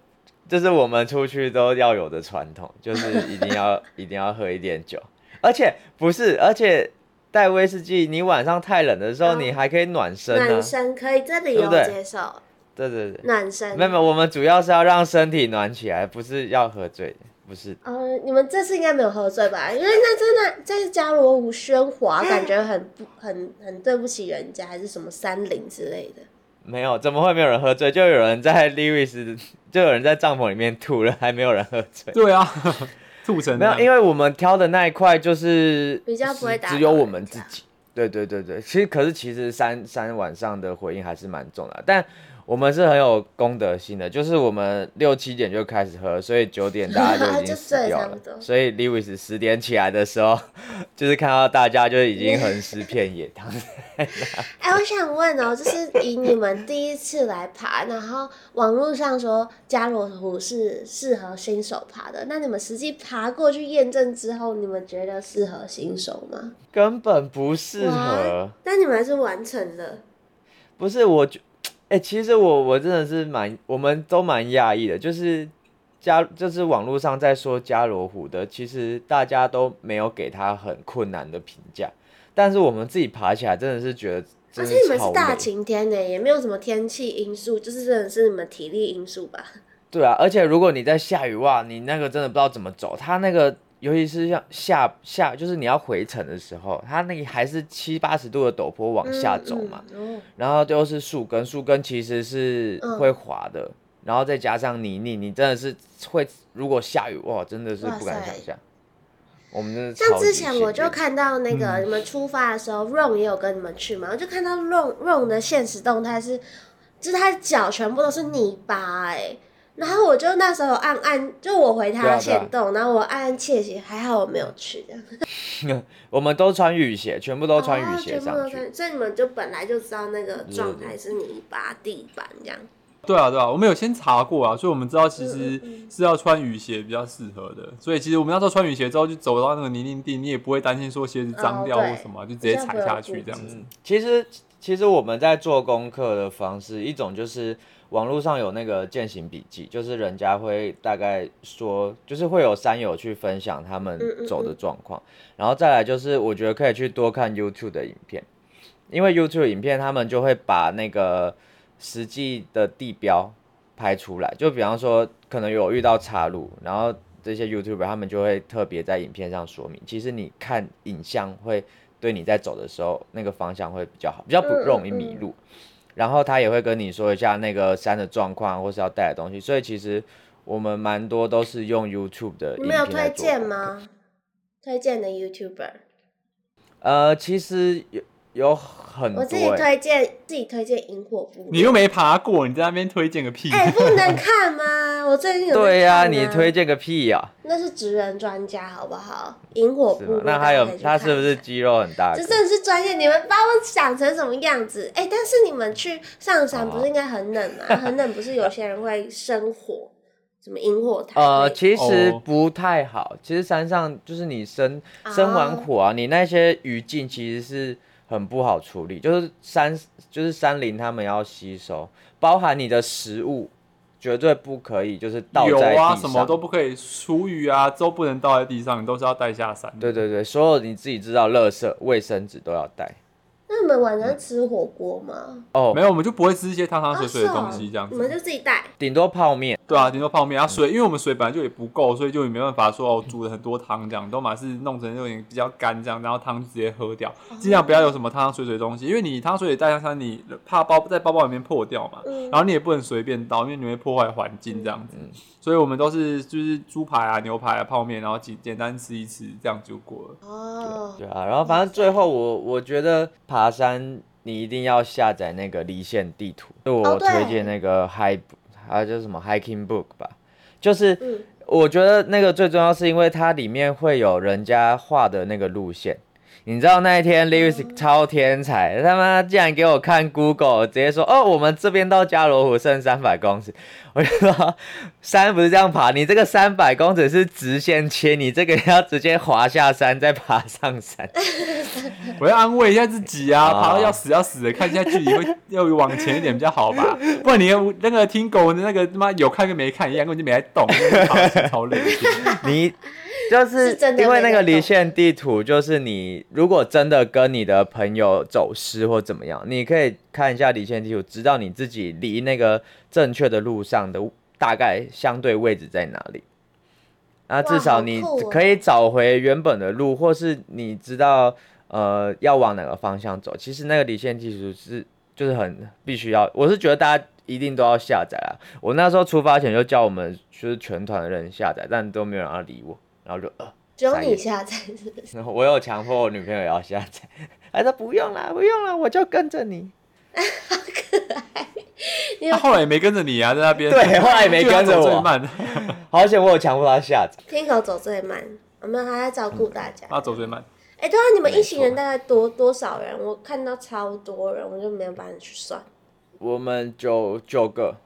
[SPEAKER 1] 就是我们出去都要有的传统，就是一定要一定要喝一点酒，而且不是，而且带威士忌，你晚上太冷的时候，
[SPEAKER 3] 哦
[SPEAKER 1] 你还可以暖身
[SPEAKER 3] 暖
[SPEAKER 1] 呢、
[SPEAKER 3] 身可以，这
[SPEAKER 1] 啊对
[SPEAKER 3] 理由
[SPEAKER 1] 不对
[SPEAKER 3] 接受。
[SPEAKER 1] 对对对，
[SPEAKER 3] 暖身
[SPEAKER 1] 没有，没有，我们主要是要让身体暖起来，不是要喝醉，不是。
[SPEAKER 3] 呃，你们这次应该没有喝醉吧？因为那真的在加罗湖喧哗，感觉很不很很对不起人家，还是什么山林之类的。
[SPEAKER 1] 没有，怎么会没有人喝醉？就有人在 Lewis，就有人在帐篷里面吐了，还没有人喝醉。
[SPEAKER 2] 对啊， 吐成
[SPEAKER 1] 没有，因为
[SPEAKER 2] 为
[SPEAKER 1] 我们挑的那一块就是
[SPEAKER 3] 比较不会
[SPEAKER 1] 是
[SPEAKER 3] 打扰
[SPEAKER 1] 只有我们自己。对对对对，其实可是其实三三晚上的回应还是蛮重的啊，但我们是很有公德心的，就是我们六七点就开始喝，所以九点大家就已
[SPEAKER 3] 就
[SPEAKER 1] 经死
[SPEAKER 3] 睡
[SPEAKER 1] 掉
[SPEAKER 3] 差
[SPEAKER 1] 了
[SPEAKER 3] 不。多
[SPEAKER 1] 所以 Lewis 十点起来的时候， 就是看到大家就已经横尸遍野，躺
[SPEAKER 3] 哎、我想问哦，就是以你们第一次来爬，然后网络上说加罗湖是适合新手爬的，那你们实际爬过去验证之后，你们觉得适合新手吗？
[SPEAKER 1] 根本不适合
[SPEAKER 3] 哇。那你们还是完成了，
[SPEAKER 1] 不是我觉，哎、其实我我真的是蛮，我们都蛮讶异的，就是加就是网络上在说加罗湖的，其实大家都没有给他很困难的评价，但是我们自己爬起来真的是觉得
[SPEAKER 3] 而
[SPEAKER 1] 真
[SPEAKER 3] 且你
[SPEAKER 1] 的
[SPEAKER 3] 们
[SPEAKER 1] 超
[SPEAKER 3] 是
[SPEAKER 1] 累，
[SPEAKER 3] 大晴天呢，也没有什么天气因素，就是真的是你们体力因素吧？
[SPEAKER 1] 对啊，而且如果你在下雨哇，你那个真的不知道怎么走，它那个。尤其是像下下，就是你要回程的时候，它那个还是七八十度的陡坡往下走嘛，
[SPEAKER 3] 嗯嗯哦
[SPEAKER 1] 然后都是树根，树根其实是
[SPEAKER 3] 嗯
[SPEAKER 1] 会滑的，然后再加上泥泞，你真的是会，如果下雨哇，真的是
[SPEAKER 3] 哇
[SPEAKER 1] 不敢
[SPEAKER 3] 塞
[SPEAKER 1] 想象。我们真的
[SPEAKER 3] 像
[SPEAKER 1] 超
[SPEAKER 3] 之
[SPEAKER 1] 级
[SPEAKER 3] 前
[SPEAKER 1] 幸
[SPEAKER 3] 我就
[SPEAKER 1] 运嗯
[SPEAKER 3] 看到那个你们出发的时候，Ron 也有跟你们去嘛，我就看到 Ron Ron 的现实动态是，就是他脚全部都是泥巴哎、然后我就那时候暗暗，就我回
[SPEAKER 1] 对
[SPEAKER 3] 他
[SPEAKER 1] 啊
[SPEAKER 3] 现动，然后我暗暗窃喜，还好我没有去这样。
[SPEAKER 1] 我们都穿雨鞋，全部都穿雨
[SPEAKER 3] 哦
[SPEAKER 1] 鞋
[SPEAKER 3] 全部
[SPEAKER 1] 上
[SPEAKER 3] 都
[SPEAKER 1] 去。
[SPEAKER 3] 穿所以你们就本来就知道那个状态是泥巴地板这样。
[SPEAKER 2] 对啊，对啊，我们有先查过啊，所以我们知道其实
[SPEAKER 3] 嗯嗯
[SPEAKER 2] 是要穿雨鞋比较适合的。所以其实我们那时候穿雨鞋之后，就走到那个泥泞地，你也不会担心说鞋子脏掉
[SPEAKER 3] 哦
[SPEAKER 2] 或
[SPEAKER 3] 对
[SPEAKER 2] 什么啊，就直接踩下去这样子。
[SPEAKER 1] 其实其实我们在做功课的方式，一种就是网络上有那个践行笔记，就是人家会大概说，就是会有山友去分享他们
[SPEAKER 3] 嗯嗯嗯
[SPEAKER 1] 走的状况，然后再来就是我觉得可以去多看 YouTube 的影片，因为 YouTube 影片他们就会把那个实际的地标拍出来，就比方说可能有遇到岔路，然后。这些 YouTuber 他们就会特别在影片上说明，其实你看影像会对你在走的时候那个方向会比较好，比较不容易迷
[SPEAKER 3] 嗯
[SPEAKER 1] 路。然后他也会跟你说一下那个山的状况，或是要带的东西。所以其实我们蛮多都是用 YouTube 的
[SPEAKER 3] 你
[SPEAKER 1] 影
[SPEAKER 3] 们有
[SPEAKER 1] 片来
[SPEAKER 3] 推
[SPEAKER 1] 做
[SPEAKER 3] 荐
[SPEAKER 1] 功课？
[SPEAKER 3] 吗？推荐的 YouTuber，
[SPEAKER 1] 呃，其实有有很多、
[SPEAKER 3] 我自己
[SPEAKER 1] 欸，
[SPEAKER 3] 推荐，自己推荐萤火部落。
[SPEAKER 2] 你又没爬过，你在那边推荐个屁！
[SPEAKER 3] 哎、不能 看吗？我最近有在
[SPEAKER 1] 对呀、
[SPEAKER 3] 呀、
[SPEAKER 1] 你推荐个屁呀、
[SPEAKER 3] 那是职人专家好不好？萤火
[SPEAKER 1] 是
[SPEAKER 3] 部
[SPEAKER 1] 吗
[SPEAKER 3] 落，？
[SPEAKER 1] 那他有
[SPEAKER 3] 大家可以去
[SPEAKER 1] 他是不是
[SPEAKER 3] 看一下？
[SPEAKER 1] 肌肉很大
[SPEAKER 3] 这
[SPEAKER 1] 个？
[SPEAKER 3] 真的是专业，你们把我想成什么样子？哎、但是你们去上山
[SPEAKER 1] 哦
[SPEAKER 3] 不是应该很冷 吗？很冷，不是有些人会生火，什么萤火 台？
[SPEAKER 1] 呃，其实
[SPEAKER 2] 哦
[SPEAKER 1] 不太好。其实山上就是你生生完
[SPEAKER 3] 哦
[SPEAKER 1] 火啊，你那些余烬其实是很不好处理，就是山就是山林他们要吸收，包含你的食物，绝对不可以就是倒
[SPEAKER 2] 油
[SPEAKER 1] 在地
[SPEAKER 2] 啊，
[SPEAKER 1] 上。
[SPEAKER 2] 什么都不可以，厨余啊都不能倒在地上，你都是要带下山的。
[SPEAKER 1] 对对对，所有你自己知道，垃圾、卫生纸都要带。
[SPEAKER 3] 那你们晚上吃火锅吗？
[SPEAKER 1] 哦
[SPEAKER 2] 没，有，我们就不会吃一些汤汤水
[SPEAKER 3] 啊
[SPEAKER 2] 水的
[SPEAKER 3] 是哦
[SPEAKER 2] 东西这样
[SPEAKER 3] 你
[SPEAKER 2] 子。
[SPEAKER 3] 们就自己带。
[SPEAKER 1] 顶多泡面。
[SPEAKER 2] 对啊，顶多泡面啊，水，因为我们水本来就也不够，所以就也没办法说哦，煮了很多汤这样，都嘛是弄成有点比较干这样，然后汤直接喝掉，尽量不要有什么汤汤水水的东西，因为你汤水水带上山，你怕包在包包里面破掉嘛，
[SPEAKER 3] 嗯
[SPEAKER 2] 然后你也不能随便倒，因为你会破坏环境这样子，所以我们都是就是猪排啊、牛排啊、泡面，然后简简单吃一吃，这样就过了。
[SPEAKER 3] 哦，
[SPEAKER 1] 对啊，然后反正最后我我觉得爬山你一定要下载那个离线地图，就我
[SPEAKER 3] 哦对
[SPEAKER 1] 推荐那个 Hi，还有叫什么 Hiking Book 吧，就是
[SPEAKER 3] 嗯
[SPEAKER 1] 我觉得那个最重要是因为它里面会有人家画的那个路线。你知道那一天 Lewis 超天才，他妈竟然给我看 Google，直接说哦，我们这边到加罗湖剩三百公尺。 我就说山不是这样爬，你这个三百公尺是直线切，你这个要直接滑下山再爬上山。
[SPEAKER 2] 我要安慰一下自己啊，
[SPEAKER 1] 哦
[SPEAKER 2] 爬到要死要死的，看一下距离 会要往前一点比较好吧，不然你那个听狗的那个他妈有看跟没看一样，根本就没在动，爬超累的。
[SPEAKER 1] 你就是是
[SPEAKER 3] 真的
[SPEAKER 1] 因为
[SPEAKER 3] 没
[SPEAKER 1] 那
[SPEAKER 3] 得
[SPEAKER 1] 个离
[SPEAKER 3] 动
[SPEAKER 1] 线地图，就是你如果真的跟你的朋友走失或怎么样，你可以看一下离线地图，知道你自己离那个正确的路上的大概相对位置在哪里。那
[SPEAKER 3] 哇
[SPEAKER 1] 至少
[SPEAKER 3] 好
[SPEAKER 1] 你
[SPEAKER 3] 酷哦
[SPEAKER 1] 可以找回原本的路，或是你知道呃要往哪个方向走。其实那个离线地图是就是很必须要，我是觉得大家一定都要下载啊。我那时候出发前就叫我们就是全团的人下载，但都没有人要理我，然后就呃，
[SPEAKER 3] 只有
[SPEAKER 1] 傻
[SPEAKER 3] 你
[SPEAKER 1] 眼
[SPEAKER 3] 下载是不是？
[SPEAKER 1] 然后 我有强迫我女朋友也要下载，她说不用啦，不用啦，我就跟着你。
[SPEAKER 2] 他后来也没跟着你啊，在那边
[SPEAKER 1] 对后来也没跟着我
[SPEAKER 2] 就他走最慢，
[SPEAKER 1] 好险我有强迫她下载，
[SPEAKER 3] 听狗走最慢，我们还在照顾大家。
[SPEAKER 2] 他走最慢。
[SPEAKER 3] 哎、对啊，你们
[SPEAKER 1] 没
[SPEAKER 3] 一行人
[SPEAKER 1] 错
[SPEAKER 3] 大概多多少人？我看到超多人，我就没有办法去算。
[SPEAKER 1] 我们九九个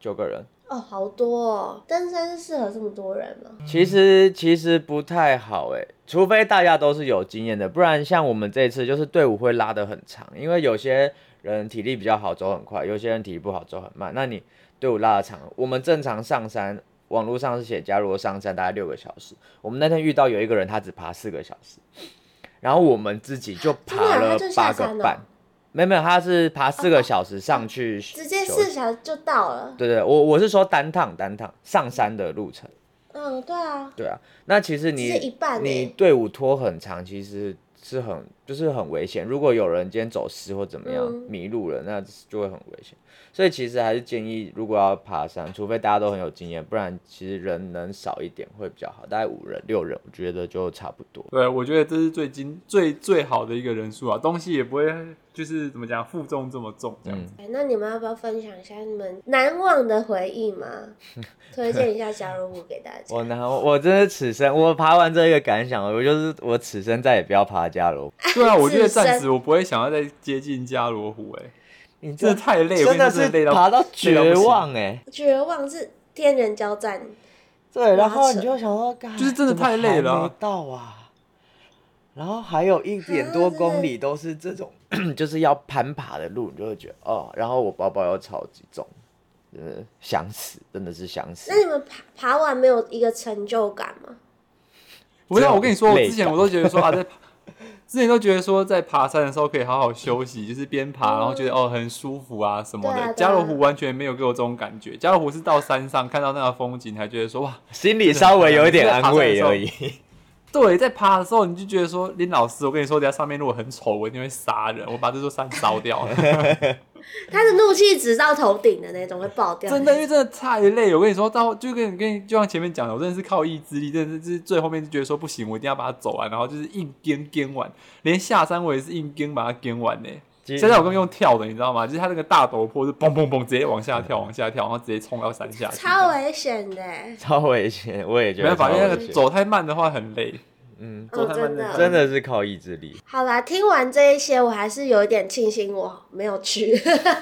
[SPEAKER 1] 九个人。
[SPEAKER 3] 哦，好多哦！登山是适合这么多人吗？
[SPEAKER 1] 其实其实不太好哎，除非大家都是有经验的，不然像我们这一次就是队伍会拉得很长，因为有些人体力比较好，走很快；有些人体力不好，走很慢。那你队伍拉得长，我们正常上山，网络上是写加罗上山大概六个小时，我们那天遇到有一个人他只爬四个小时，然后我们自己就
[SPEAKER 3] 真的啊
[SPEAKER 1] 爬了
[SPEAKER 3] 他 就下
[SPEAKER 1] 八
[SPEAKER 3] 山
[SPEAKER 1] 个
[SPEAKER 3] 了
[SPEAKER 1] 半，没有没有，他是爬四个小时上去休息，
[SPEAKER 3] 哦直接四小时就到了。
[SPEAKER 1] 对对，我我是说单趟单趟上山的路程。
[SPEAKER 3] 嗯，对啊，
[SPEAKER 1] 对啊，那其实你
[SPEAKER 3] 只是一半
[SPEAKER 1] 你
[SPEAKER 3] 欸
[SPEAKER 1] 队伍拖很长，其实是很就是很危险。如果有人今天走失或怎么样、
[SPEAKER 3] 嗯
[SPEAKER 1] 迷路了，那就会很危险。所以其实还是建议，如果要爬山，除非大家都很有经验，不然其实人能少一点会比较好，大概五人六人，我觉得就差不多。
[SPEAKER 2] 对，我觉得这是最精最最好的一个人数啊，东西也不会就是怎么讲负重这么重这
[SPEAKER 1] 嗯
[SPEAKER 2] 样子。
[SPEAKER 3] 哎，那你们要不要分享一下你们难忘的回忆吗？推荐一下加入舞给大家。
[SPEAKER 1] 我呢，我真的此生我爬完这个感想，我就是我此生再也不要爬加罗
[SPEAKER 2] 对啊，我觉得
[SPEAKER 3] 自身
[SPEAKER 2] 暂时我不会想要再接近加罗湖哎、
[SPEAKER 1] 你
[SPEAKER 2] 真
[SPEAKER 1] 这
[SPEAKER 2] 的太累，我
[SPEAKER 1] 真
[SPEAKER 2] 跟你说
[SPEAKER 1] 的
[SPEAKER 2] 真
[SPEAKER 1] 是
[SPEAKER 2] 累到
[SPEAKER 1] 爬到绝
[SPEAKER 2] 累到
[SPEAKER 1] 望哎、欸，
[SPEAKER 3] 绝望是天人交战，
[SPEAKER 1] 对，然后
[SPEAKER 3] 拉扯
[SPEAKER 1] 你就想说，干
[SPEAKER 2] 就是真的
[SPEAKER 1] 怎么
[SPEAKER 2] 太累了
[SPEAKER 1] 还没到啊。然后还有一点
[SPEAKER 3] 啊
[SPEAKER 1] 多公里都是这种，就是要攀爬的路，你就会觉得哦。然后我包包又超级重，呃，想死，真的是想死
[SPEAKER 3] 那。你们爬爬完没有一个成就感吗？
[SPEAKER 2] 不是啊，我跟你说，我之
[SPEAKER 1] 累
[SPEAKER 2] 前
[SPEAKER 1] 感
[SPEAKER 2] 我都觉得说啊，在之前都觉得说，在爬山的时候可以好好休息，就是边爬，然后觉得哦很舒服啊什么
[SPEAKER 3] 嗯对啊
[SPEAKER 2] 的。
[SPEAKER 3] 对啊
[SPEAKER 2] 嘉罗湖完全没有给我这种感觉，嘉罗湖是到山上看到那个风景，才觉得说哇，
[SPEAKER 1] 心里稍微有一点安慰而已。
[SPEAKER 2] 对，在爬的时候你就觉得说，林老师，我跟你说，在上面如果很丑，我一定会杀人，我把这座山烧掉。
[SPEAKER 3] 他的怒气值到头顶的那种会爆掉，
[SPEAKER 2] 真的，因为真的太累。我跟你说，到就跟你跟你就像前面讲的，我真的是靠意志力，真的是就是最后面就觉得说不行，我一定要把它走完，然后就是硬颠颠完，连下山我也是硬颠把它颠完呢。
[SPEAKER 1] 其实
[SPEAKER 2] 现在我刚用跳的，你知道吗？就是他那个大陡坡是砰砰砰直接往下
[SPEAKER 1] 嗯
[SPEAKER 2] 跳，往下跳，然后直接冲到山下去。
[SPEAKER 3] 超危险的欸，
[SPEAKER 1] 超危险，我也觉
[SPEAKER 2] 没
[SPEAKER 1] 得
[SPEAKER 2] 办
[SPEAKER 1] 超
[SPEAKER 2] 法，因为那
[SPEAKER 1] 危
[SPEAKER 2] 个
[SPEAKER 1] 险。
[SPEAKER 2] 走太慢的话很累。
[SPEAKER 1] 嗯，
[SPEAKER 2] 走
[SPEAKER 3] 嗯，
[SPEAKER 2] 太慢
[SPEAKER 3] 真
[SPEAKER 2] 了
[SPEAKER 3] 的
[SPEAKER 1] 真的是靠意志力。
[SPEAKER 3] 好啦，听完这一些，我还是有一点庆幸我没有去。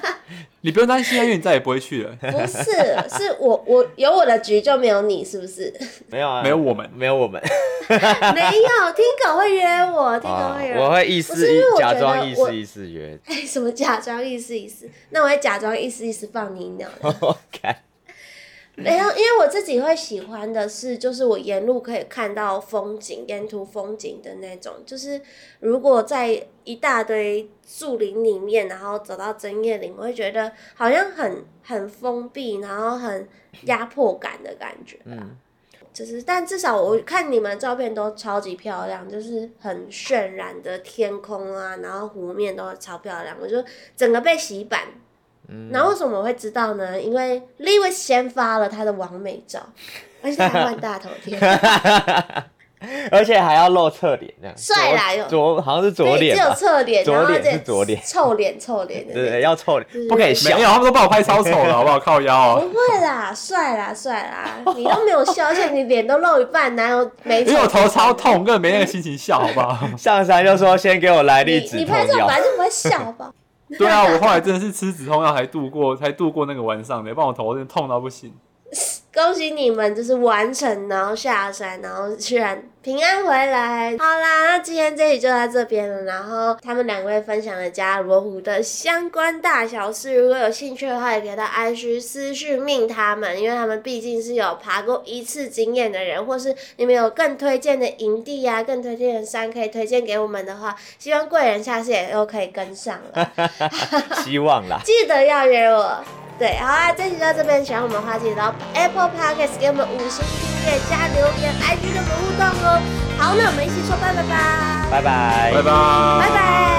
[SPEAKER 2] 你不用担心啊，因为你再也不会去了。
[SPEAKER 3] 不是，是我我有我的局就没有你，是不是？
[SPEAKER 1] 没有啊，
[SPEAKER 2] 没有我们
[SPEAKER 1] 没有我们。
[SPEAKER 3] 没有，听狗会约我，听狗
[SPEAKER 1] 啊
[SPEAKER 3] 会约
[SPEAKER 1] 我
[SPEAKER 3] 我。
[SPEAKER 1] 会意
[SPEAKER 3] 不是
[SPEAKER 1] 思
[SPEAKER 3] 因为我
[SPEAKER 1] 假
[SPEAKER 3] 觉得
[SPEAKER 1] 装意
[SPEAKER 3] 我
[SPEAKER 1] 思意思觉得。
[SPEAKER 3] 哎、什么假装意思意思？那我也假装意思意思放你鸟。
[SPEAKER 1] 我看，
[SPEAKER 3] 没有，因为我自己会喜欢的是，就是我沿路可以看到风景，沿途风景的那种。就是如果在一大堆树林里面，然后走到针叶林，我会觉得好像很很封闭，然后很压迫感的感觉。
[SPEAKER 1] 嗯，
[SPEAKER 3] 就是，但至少我看你们照片都超级漂亮，就是很渲染的天空啊，然后湖面都超漂亮，我就整个被洗版。
[SPEAKER 1] 嗯
[SPEAKER 3] 然后为什么我会知道呢？因为 Lewis 先发了他的完美照，而且他还换大头贴，
[SPEAKER 1] 而且还要露侧脸这样，
[SPEAKER 3] 帅啦
[SPEAKER 1] 左
[SPEAKER 3] 有
[SPEAKER 1] 左好像是 左
[SPEAKER 3] 所以
[SPEAKER 1] 脸
[SPEAKER 3] 只有
[SPEAKER 1] 吧，
[SPEAKER 3] 侧脸，
[SPEAKER 1] 左
[SPEAKER 3] 然后
[SPEAKER 1] 脸
[SPEAKER 3] 这
[SPEAKER 1] 是左脸
[SPEAKER 3] 臭脸臭脸嗯的
[SPEAKER 1] 对
[SPEAKER 3] 那种
[SPEAKER 1] 对，要臭脸，不可以笑
[SPEAKER 2] 没有，，他们都把我拍超丑了，好不好？靠腰
[SPEAKER 3] 不
[SPEAKER 2] 哦。
[SPEAKER 3] 会啦，帅啦帅啦，你都没有笑，而且你脸都露一半，哪有没？
[SPEAKER 2] 因为我头超。痛，根本没那个心情笑，好不好？
[SPEAKER 1] 上山就说先给我来
[SPEAKER 3] 你
[SPEAKER 1] 粒止
[SPEAKER 3] 你
[SPEAKER 1] 痛
[SPEAKER 3] 拍照本
[SPEAKER 1] 药，
[SPEAKER 3] 来就不会笑好不好？
[SPEAKER 2] 对啊，我后来真的是吃止痛药才度过，才度过那个晚上的，不然我头真的痛到不行。
[SPEAKER 3] 恭喜你们，就是完成，然后下山，然后居然平安回来。好啦，那今天这里就到这边了。然后他们两位分享了加罗湖的相关大小事，如果有兴趣的话，也可以到 IG 私讯命他们，因为他们毕竟是有爬过一次经验的人，或是你们有更推荐的营地啊，更推荐的山可以推荐给我们的话，希望贵人下次也都可以跟上了。
[SPEAKER 1] 希望啦，
[SPEAKER 3] 记得要约我。对，好啊，这期就到这边，喜欢我们的话，记得到 Apple Podcast 给我们五星订阅加留言，IG 跟我们互动哦。好，那我们一起说拜拜吧，
[SPEAKER 1] 拜拜
[SPEAKER 2] 拜拜，
[SPEAKER 3] 拜拜。